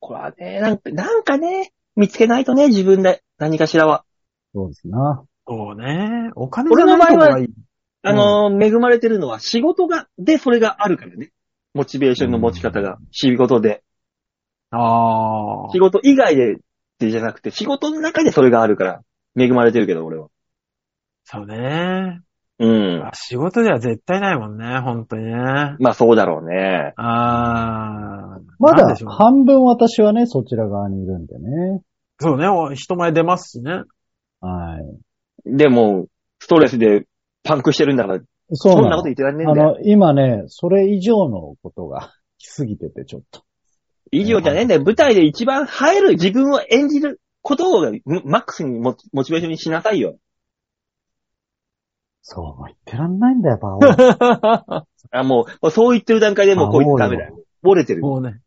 [SPEAKER 2] これはね、なんか、なんかね、見つけないとね、自分で、何かしらは。
[SPEAKER 4] そうですな。
[SPEAKER 3] そうね。お金じゃない方がいい。
[SPEAKER 2] あのー、恵まれてるのは仕事が、で、それがあるからね。モチベーションの持ち方が、仕事で。
[SPEAKER 3] ああ。
[SPEAKER 2] 仕事以外で、ってじゃなくて、仕事の中でそれがあるから、恵まれてるけど、俺は。
[SPEAKER 3] そうね。
[SPEAKER 2] うん。
[SPEAKER 3] 仕事では絶対ないもんね。本当にね。
[SPEAKER 2] まあ、そうだろうね。
[SPEAKER 3] ああ。な
[SPEAKER 4] ま
[SPEAKER 3] ん
[SPEAKER 4] だ
[SPEAKER 3] でしょうね
[SPEAKER 4] 半分私はね、そちら側にいるんでね。
[SPEAKER 3] そうね。お人前出ますしね。
[SPEAKER 4] はい。
[SPEAKER 2] でも、ストレスでパンクしてるんだから、
[SPEAKER 4] そ
[SPEAKER 2] そ
[SPEAKER 4] うん
[SPEAKER 2] な
[SPEAKER 4] な
[SPEAKER 2] こと言。
[SPEAKER 4] の
[SPEAKER 2] ってらんねえん
[SPEAKER 4] あ
[SPEAKER 2] だよ。
[SPEAKER 4] の、今ね、それ以上のことが来すぎてて、ちょっと。
[SPEAKER 2] 以上じゃねえんだよ。舞台で一番映える自分を演じることをマックスにモモチベーションにしなさいよ。
[SPEAKER 4] そうは言ってらんないんだよ、バオ。
[SPEAKER 2] あ、もう、もうそう言ってる段階でもうこいつダメだよ。折れてる。
[SPEAKER 3] もうね。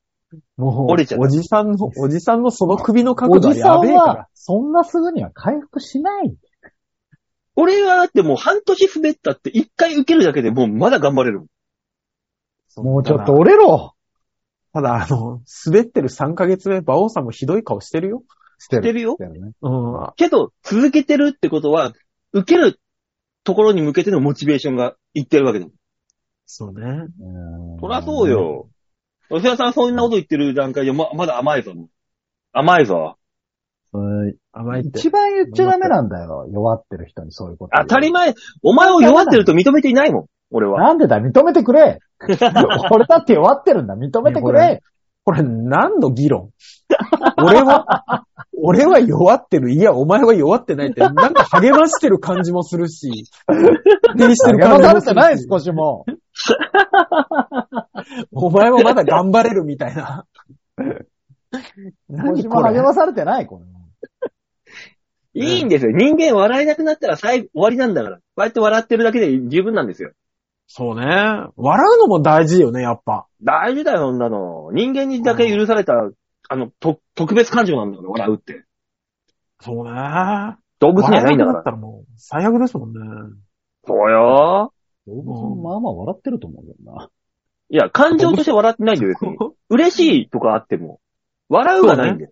[SPEAKER 3] もう、
[SPEAKER 2] 折れちゃった
[SPEAKER 3] おじさん
[SPEAKER 4] (laughs)
[SPEAKER 3] の、おじさんのその首の角
[SPEAKER 4] お
[SPEAKER 3] 度は
[SPEAKER 4] じさ
[SPEAKER 3] や
[SPEAKER 4] ん
[SPEAKER 3] べえから
[SPEAKER 4] は。、そんなすぐには回復しない。
[SPEAKER 2] 俺はだってもう半年滑ったって一回受けるだけでもうまだ頑張れるもん。
[SPEAKER 4] もうちょっと折れろ
[SPEAKER 3] ただ、あの、滑ってる3ヶ月目、馬王さんもひどい顔してるよ。
[SPEAKER 4] して
[SPEAKER 2] してるよ。
[SPEAKER 4] だよね。
[SPEAKER 3] うん。あ
[SPEAKER 2] けど、続けてるってことは、受けるところに向けてのモチベーションがいってるわけだもん。
[SPEAKER 3] そうね。
[SPEAKER 4] うん
[SPEAKER 2] そりゃそう。よ。吉田さんそんなこと言ってる段階でま、まだ甘いぞ。甘いぞ。
[SPEAKER 4] うん
[SPEAKER 3] 甘いって。
[SPEAKER 4] 一番言っちゃダメなんだよ。弱ってる人にそういうこと。
[SPEAKER 2] 当たり前、お前を弱ってると認めていないもん。俺は。
[SPEAKER 4] なんでだ、認めてく
[SPEAKER 2] (laughs)
[SPEAKER 4] れ俺だって弱ってるんだ、認めてくれ
[SPEAKER 3] これ何の議論 (laughs) 俺は、俺は弱ってる。いや、お前は弱ってないって、なんか励ましてる感じもするし、否定して
[SPEAKER 4] 励
[SPEAKER 3] る感
[SPEAKER 4] ま
[SPEAKER 3] じ
[SPEAKER 4] さ
[SPEAKER 3] も
[SPEAKER 4] れ
[SPEAKER 3] す
[SPEAKER 4] て
[SPEAKER 3] る
[SPEAKER 4] ない、 (laughs)
[SPEAKER 3] し、
[SPEAKER 4] 少しも。
[SPEAKER 3] お前もまだ頑張れるみたいな。
[SPEAKER 4] 少
[SPEAKER 3] 何
[SPEAKER 4] しも
[SPEAKER 3] これ
[SPEAKER 4] 励まされてない、これ。
[SPEAKER 2] いいんですよ。人間笑えなくなったら最後終わりなんだから。こうやって笑ってるだけで十分なんですよ。
[SPEAKER 3] そうね。笑うのも大事よね、やっぱ。
[SPEAKER 2] 大事だよ、そんなの。人間にだけ許された、あの、と、特別感情なんだから、笑うって。
[SPEAKER 3] そうね。
[SPEAKER 2] 動物にはないんだか
[SPEAKER 3] 笑なくな
[SPEAKER 2] ら
[SPEAKER 3] っ。たらもう、最悪ですもんね。
[SPEAKER 2] そうよ
[SPEAKER 4] 動物もまあまあ笑ってると思うけどな。
[SPEAKER 2] ー。いや、感情として笑ってないんだよ、
[SPEAKER 3] (laughs)
[SPEAKER 2] 別に。嬉しいとかあっても。笑うはないんだよ。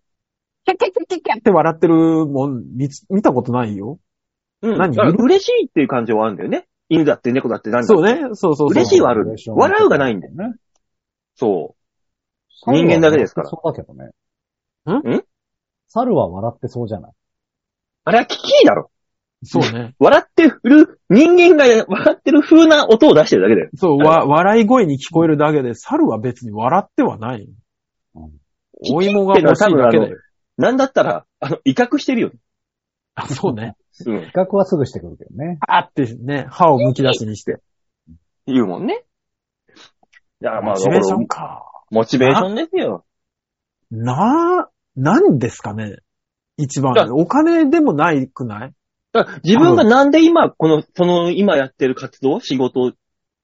[SPEAKER 3] キャッキャッキャッキャッキャッって笑ってるもん、見つ、見たことないよ。
[SPEAKER 2] うん。
[SPEAKER 3] 何
[SPEAKER 2] だから嬉しいっていう感情はあるんだよね。犬だって猫だって何だって
[SPEAKER 3] そう。ね。そうそうそう。
[SPEAKER 2] 嬉しいはあるんだよ。笑うがないんだよ。
[SPEAKER 4] ね。
[SPEAKER 2] そ人間だけですから
[SPEAKER 4] 猿は笑ってそうだけど
[SPEAKER 2] ん
[SPEAKER 4] ね。
[SPEAKER 2] ん
[SPEAKER 4] 猿は笑ってそうじゃない。
[SPEAKER 2] う。あれはキキーだろ。
[SPEAKER 3] そう
[SPEAKER 2] (laughs)
[SPEAKER 3] ね。
[SPEAKER 2] 笑ってる、人間が笑ってる風な音を出してるだけだよ。
[SPEAKER 3] そう、わ、笑い声に聞こえるだけで、猿は別に笑ってはない。
[SPEAKER 4] うん
[SPEAKER 3] お芋が欲しいだけだよ。
[SPEAKER 2] なんだったら、あの、威嚇してるよ。
[SPEAKER 3] あそうね。
[SPEAKER 2] うん。
[SPEAKER 4] 比較はすぐしてくるけどね。
[SPEAKER 3] あってね、歯を剥き出しにして。
[SPEAKER 2] 言うもんね。いや、まあ、
[SPEAKER 3] モ
[SPEAKER 2] だ
[SPEAKER 3] チ
[SPEAKER 2] か
[SPEAKER 3] ベ
[SPEAKER 2] ら
[SPEAKER 3] ーションか。
[SPEAKER 2] モチベーションですよ。
[SPEAKER 3] な、なんですかね一番
[SPEAKER 2] いや。
[SPEAKER 3] お金でもないくない
[SPEAKER 2] だから自分がなんで今、この、その今やってる活動、仕事を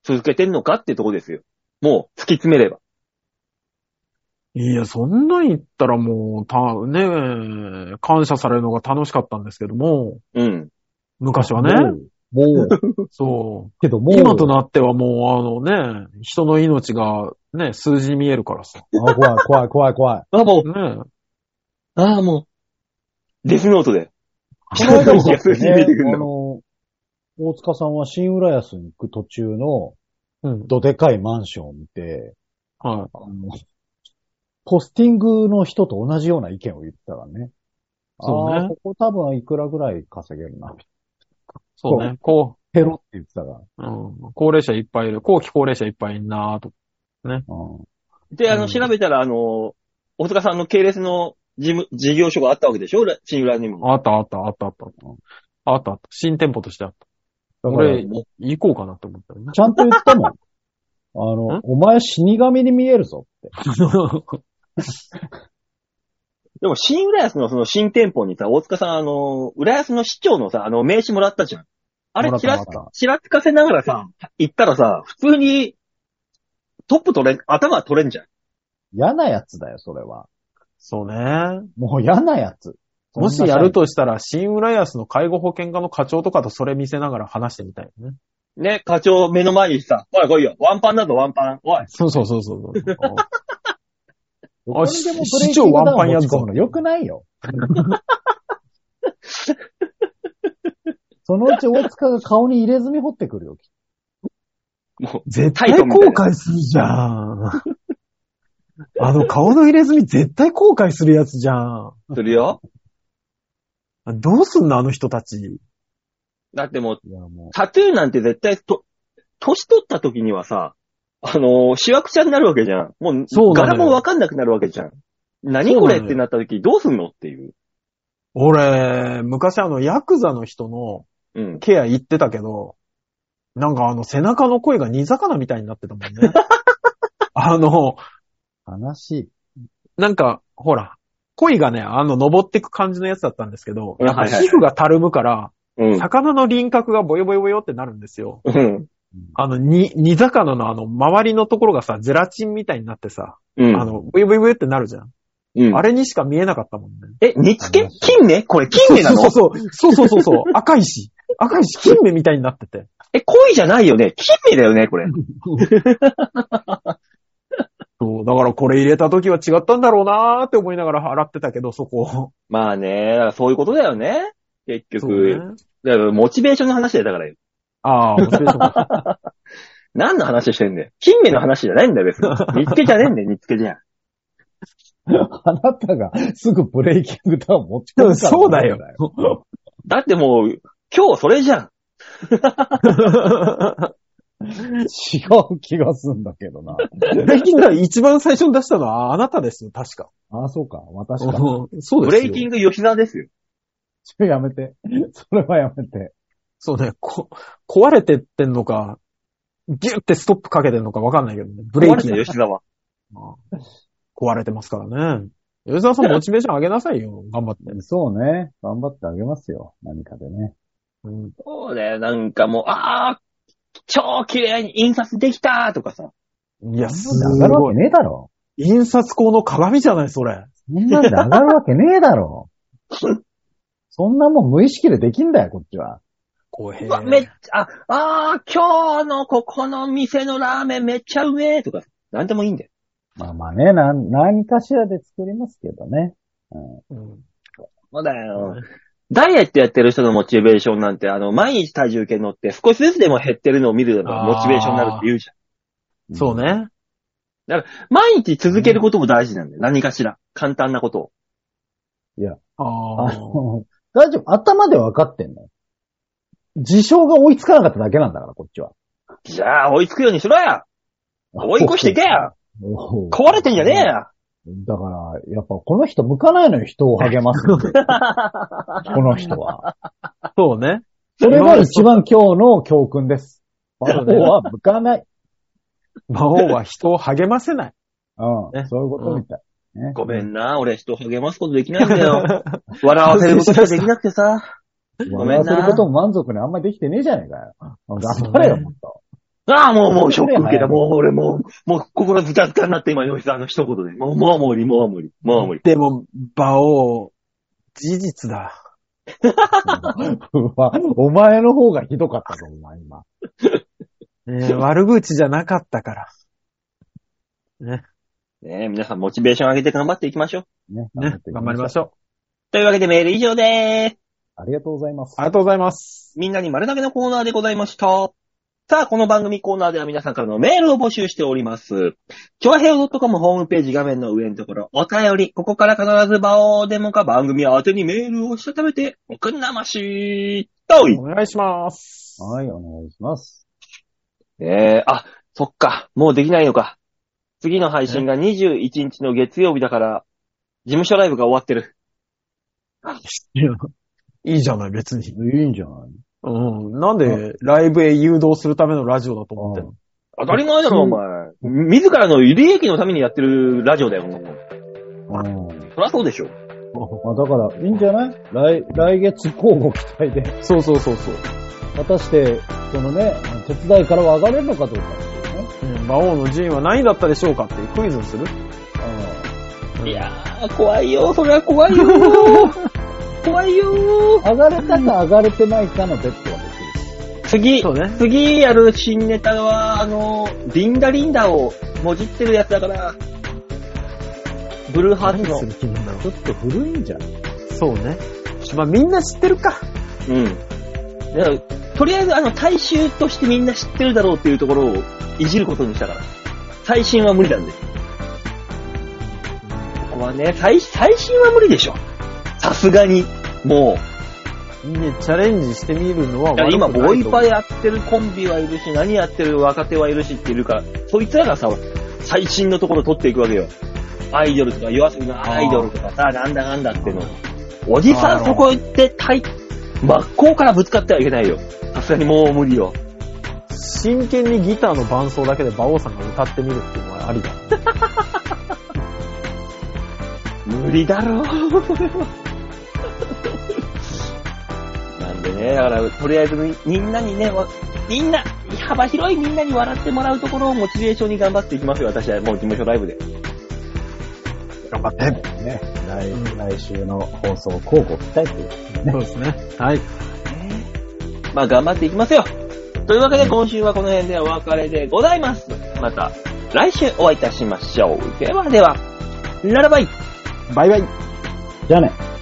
[SPEAKER 2] 続けてんのかってとこですよ。もう、突き詰めれば。
[SPEAKER 3] いや、そんなん言ったらもう、た、ねえ感謝されるのが楽しかったんですけども、
[SPEAKER 2] うん。
[SPEAKER 3] 昔はね。
[SPEAKER 4] もう、もう、
[SPEAKER 3] そ
[SPEAKER 4] けども
[SPEAKER 3] う。
[SPEAKER 4] う、
[SPEAKER 3] 今となってはもう、あのね、人の命がね、数字に見えるからさ。
[SPEAKER 4] あ怖い、怖い、怖い、
[SPEAKER 3] (laughs)
[SPEAKER 4] 怖い。
[SPEAKER 2] あ、もう、
[SPEAKER 3] ね
[SPEAKER 2] ああ、もう、デスノートで。
[SPEAKER 4] この間もだって
[SPEAKER 2] いや
[SPEAKER 4] ね
[SPEAKER 2] 出てくる、
[SPEAKER 3] (laughs)
[SPEAKER 2] の
[SPEAKER 4] あの、大塚さんは新浦安に行く途中の、
[SPEAKER 3] うん。
[SPEAKER 4] どでかいマンションを見て、
[SPEAKER 3] は
[SPEAKER 4] あの、ポスティングの人と同じような意見を言ったらね。
[SPEAKER 3] そうね
[SPEAKER 4] あーここ多分いくらぐらい稼げるな。
[SPEAKER 3] い。そうね。こ
[SPEAKER 4] ペロって言ってたら。
[SPEAKER 3] う、うん。高齢者いっぱいいる。後期高齢者いっぱいいるなぁと。
[SPEAKER 4] うん
[SPEAKER 2] で、あ
[SPEAKER 3] うん
[SPEAKER 2] の、調べたら、あの、大塚さんの系列の事務、事業所があったわけでしょら新浦にも。
[SPEAKER 3] あったあったあったあった。あったあった。新店舗としてあった。
[SPEAKER 4] だから
[SPEAKER 3] 俺、行こうかなって思ったよね
[SPEAKER 4] ち。ゃんと言っ
[SPEAKER 3] (laughs)
[SPEAKER 4] たもん。あの
[SPEAKER 3] ん、
[SPEAKER 4] お前死神に見えるぞって。
[SPEAKER 3] (laughs)
[SPEAKER 2] でも、新浦安のその新店舗にさ、大塚さん、あの、浦安の市長のさ、あの、名刺もらったじゃん。あれ
[SPEAKER 4] もら、っ
[SPEAKER 2] ち
[SPEAKER 4] たも
[SPEAKER 2] ら
[SPEAKER 4] ら
[SPEAKER 2] つ
[SPEAKER 4] っ、た
[SPEAKER 2] ちらつかせながらさ、行ったらさ、普通に、トップ取れん、頭取れんじゃん。
[SPEAKER 4] 嫌なやつだよ、それは。
[SPEAKER 3] そうね。
[SPEAKER 4] もう嫌なやつ。
[SPEAKER 3] もしやるとしたら、新浦安の介護保険課の課長とかとそれ見せながら話してみたいよね。
[SPEAKER 2] ね、課長目の前にさ、おい来いよ、ワンパンだぞ、ワンパン。おい、
[SPEAKER 3] そうそうそうそうそう。
[SPEAKER 4] そんなさ、どこにでも
[SPEAKER 3] あし
[SPEAKER 4] ブレイキングダウン持ち込むのよくないよ。 (laughs) そのうち大塚が顔に入れ墨掘ってくるよ。
[SPEAKER 3] 絶
[SPEAKER 2] 対後
[SPEAKER 3] 悔するじゃん。あの顔の入れ墨絶対後悔するやつじゃん。
[SPEAKER 2] するよ。
[SPEAKER 3] どうすんのあの人たち。
[SPEAKER 2] だってもう、
[SPEAKER 4] いや、も
[SPEAKER 2] タトゥーなんて絶対、と、年取った時にはさ、あのー、しわくちゃになるわけじゃん。もう、
[SPEAKER 3] そうなのよ
[SPEAKER 2] 柄もわかんなくなるわけじゃん。何これってなった時どうすんのっていう。
[SPEAKER 3] 俺、昔あのヤクザの人の
[SPEAKER 2] うん。
[SPEAKER 3] ケア行ってたけど、なんかあの背中の声が煮魚みたいになってたもん
[SPEAKER 4] (laughs)
[SPEAKER 3] ね。あの、
[SPEAKER 4] う、悲しい。
[SPEAKER 3] なんか、ほら、鯉がね、あの、登ってく感じのやつだったんですけど、
[SPEAKER 2] うん
[SPEAKER 3] やっぱ
[SPEAKER 2] はいはい
[SPEAKER 3] 皮膚がたるむから、
[SPEAKER 2] うん。
[SPEAKER 3] 魚の輪郭がボヨボヨボヨってなるんですよ。
[SPEAKER 2] うん。
[SPEAKER 3] あの、に、煮魚のあの、周りのところがさ、ゼラチンみたいになってさ、
[SPEAKER 2] うん。
[SPEAKER 3] あの、ボヨボヨボヨってなるじゃん。
[SPEAKER 2] うん
[SPEAKER 3] あれにしか見えなかったもんね。
[SPEAKER 2] え、煮付け金目これ金
[SPEAKER 3] そう
[SPEAKER 2] 目なの
[SPEAKER 3] そうそうそうそうそうそう。 (laughs) 赤いし。赤いし、金目みたいになってて。
[SPEAKER 2] え、恋じゃないよね金目だよねこれ。
[SPEAKER 3] そう、だからこれ入れた時は違ったんだろうなーって思いながら払ってたけど、そこ。
[SPEAKER 2] まあね、だからそういうことだよね。結
[SPEAKER 3] そう
[SPEAKER 2] 局。
[SPEAKER 3] ね。
[SPEAKER 2] だからモチベーションの話だよ、だからよ。
[SPEAKER 3] ああ、面白いとこ。
[SPEAKER 2] 何の話してんだよ。金目の話じゃないんだよ、別に。煮
[SPEAKER 3] (laughs)
[SPEAKER 2] 付けじゃねえんだよ、煮付けじゃん。
[SPEAKER 4] あなたがすぐブレイキングダウン持ち込む
[SPEAKER 2] (laughs)
[SPEAKER 4] から。
[SPEAKER 3] そうだよ。
[SPEAKER 2] だってもう、今日それじゃん。
[SPEAKER 4] 違う気がすんだけどな。
[SPEAKER 3] ブレイキングダウン一番最初に出したのはあなたですよ、確か。
[SPEAKER 4] ああ、そうか。私か。
[SPEAKER 3] うんそ
[SPEAKER 2] ブ
[SPEAKER 3] うですよ。
[SPEAKER 2] レイキング吉沢ですよ。
[SPEAKER 4] それやめて。それはやめて。
[SPEAKER 3] そうね、こ、壊れてってんのか、ギュってストップかけてんのかわかんないけどね。ブレ
[SPEAKER 2] 壊
[SPEAKER 3] イ
[SPEAKER 2] れ
[SPEAKER 3] キン
[SPEAKER 2] た
[SPEAKER 3] グ
[SPEAKER 2] 吉沢。
[SPEAKER 3] 壊れてますからね。吉沢さんモチベーション上げなさいよ、頑張って。
[SPEAKER 4] そうね。頑張ってあげますよ。何かでね。
[SPEAKER 3] うん
[SPEAKER 2] そうだよ、なんかもう、ああ、超綺麗に印刷できたとかさ。
[SPEAKER 3] いや、す
[SPEAKER 4] そんなんで上がる
[SPEAKER 3] ご
[SPEAKER 4] わ
[SPEAKER 3] い
[SPEAKER 4] け。ねえだろ。
[SPEAKER 3] 印刷工の鏡じゃない、それ。
[SPEAKER 4] そんなんで上がるわけねえだろ。そんなもん無意識でできんだよ、こっちは。
[SPEAKER 3] こうへ
[SPEAKER 2] うわ、めっちゃ、あ、ああ、今日のここの店のラーメンめっちゃうめえとか、なんでもいいんだよ。
[SPEAKER 4] まあまあね、なん、何かしらで作りますけどね。
[SPEAKER 2] そうだよ。ダイエットやってる人のモチベーションなんて、あの、毎日体重計乗って少しずつでも減ってるのを見るのがモチベーションになるって言うじゃん。
[SPEAKER 3] そうね。
[SPEAKER 2] 毎日続けることも大事なんだよ。何かしら。簡単なことを。
[SPEAKER 3] あ
[SPEAKER 4] あ
[SPEAKER 3] あ。
[SPEAKER 4] の、大丈夫。頭で分かってんのよ。事象が追いつかなかっただけなんだから、こっちは。
[SPEAKER 2] じゃあ、追いつくようにしろや追い越していけや
[SPEAKER 4] おう
[SPEAKER 2] 壊れてんじゃねえや
[SPEAKER 4] だから、やっぱこの人向かないのよ、人を励ま
[SPEAKER 2] (laughs)
[SPEAKER 4] すのでこの人は。
[SPEAKER 3] そうね。
[SPEAKER 4] それが一番今日の教訓です。魔
[SPEAKER 7] そう
[SPEAKER 4] 法
[SPEAKER 7] ね
[SPEAKER 4] は向かない。
[SPEAKER 3] 魔王は人を励ませない。
[SPEAKER 4] う
[SPEAKER 3] ね
[SPEAKER 4] ん。そういうことみたい。
[SPEAKER 2] ごめんな、俺人を励ますことできないんだよ。 (laughs) 笑わせることしかできなくて (laughs) さ。
[SPEAKER 3] (laughs)
[SPEAKER 2] ごめん
[SPEAKER 4] 笑わ
[SPEAKER 2] な
[SPEAKER 4] せることも満足にあんまりできてねえじゃねえかよ。頑張れよ、もっと。
[SPEAKER 2] ああ、もうもうショック受けた。もう俺もう、もう心ズタズタになって今、ヨシさんの一言で。もう、もう無理、もう無理、もう無理。
[SPEAKER 3] でも、馬王、事実だ。
[SPEAKER 4] うわ (laughs) お前の方がひどかったぞ、お前今。
[SPEAKER 3] ねえ悪口じゃなかったから。
[SPEAKER 2] ねえ、皆さんモチベーション上げて頑張っていきましょう。
[SPEAKER 4] ね。
[SPEAKER 3] (laughs) ね、頑張りまし
[SPEAKER 4] ょう。
[SPEAKER 3] ょ
[SPEAKER 2] というわけでメール以上でーす。
[SPEAKER 4] ありがとうございます
[SPEAKER 3] う。あ。りがとうございます。
[SPEAKER 2] みんなに丸投げのコーナーでございました。さあ、この番組コーナーでは皆さんからのメールを募集しております。京平を .com ホームページ画面の上のところ、お便り、ここから必ず場をデモか番組宛てにメールをしたためて、おくんなましーとい
[SPEAKER 3] お。願いします。
[SPEAKER 4] はい、お願いします。
[SPEAKER 2] ええあ、そっか。もうできないのか。次の配信が21日の月曜日だから、事務所ライブが終わってる。
[SPEAKER 3] いいじゃない、別に。
[SPEAKER 4] いいんじゃない
[SPEAKER 3] うん。なんで、ライブへ誘導するためのラジオだと思ってんの
[SPEAKER 2] 当たり前だろ、お前。自らの利益のためにやってるラジオだよ、もう
[SPEAKER 4] うん。
[SPEAKER 2] そりゃそうでしょ。
[SPEAKER 4] まあだから、いいんじゃない来、来月交互期待で。
[SPEAKER 3] そうそうそうそう。
[SPEAKER 4] 果たして、そのね、手伝いからは上がれるのかどうかっていうね。
[SPEAKER 3] うん馬王の順位は何位だったでしょうかっていうクイズにする
[SPEAKER 2] いやー、怖いよ、それは怖 (laughs) いよー。怖いよー。
[SPEAKER 4] うん上がれたか上がれてないかのベッドはできる。
[SPEAKER 2] 次、
[SPEAKER 3] そうね
[SPEAKER 2] 次やる新ネタは、あの、リンダリンダをもじってるやつだから、ブルーハーツ
[SPEAKER 3] 何
[SPEAKER 2] の
[SPEAKER 3] す。る気なんだろ
[SPEAKER 4] ちょっと古いんじゃない、
[SPEAKER 3] う。そうね。まあみんな知ってるか。
[SPEAKER 2] うん。だからとりあえず、あの、大衆としてみんな知ってるだろうっていうところをいじることにしたから。最新は無理なんで。ここはね、最、最新は無理でしょ。さすがに。も
[SPEAKER 3] いいね、チャレンジしてみるのは
[SPEAKER 2] う。だから今、
[SPEAKER 3] 悪く
[SPEAKER 2] ボ
[SPEAKER 3] ない
[SPEAKER 2] イ
[SPEAKER 3] と思う
[SPEAKER 2] パやってるコンビはいるし、何やってる若手はいるしっているから、そいつらがさ、最新のところ取っていくわけよ。アイドルとか、夜遊びのアイドルとかさ、なんだなんだっていうの。おじさ
[SPEAKER 3] あ
[SPEAKER 2] ん
[SPEAKER 3] ー
[SPEAKER 2] そこ行って、たい、真っ向からぶつかってはいけないよ。さすがにもう無理よ。
[SPEAKER 3] 真剣にギターの伴奏だけで馬王さんが歌ってみるっていうのはありだ。
[SPEAKER 2] 無理だろう。なんでね、だから、とりあえずみみんなにね、わみんな、幅広いみんなに笑ってもらうところをモチベーションに頑張っていきますよ、私は。もう事務所ライブで。
[SPEAKER 3] 頑張って。
[SPEAKER 4] ね、来、来週の放送交互期待っていう。
[SPEAKER 3] そうですね。はい。
[SPEAKER 2] まあ、頑張っていきますよ。というわけで、今週はこの辺でお別れでございます。また、来週お会いいたしましょう。ではでは、ならばい。
[SPEAKER 3] バイバイ。
[SPEAKER 4] じゃあね。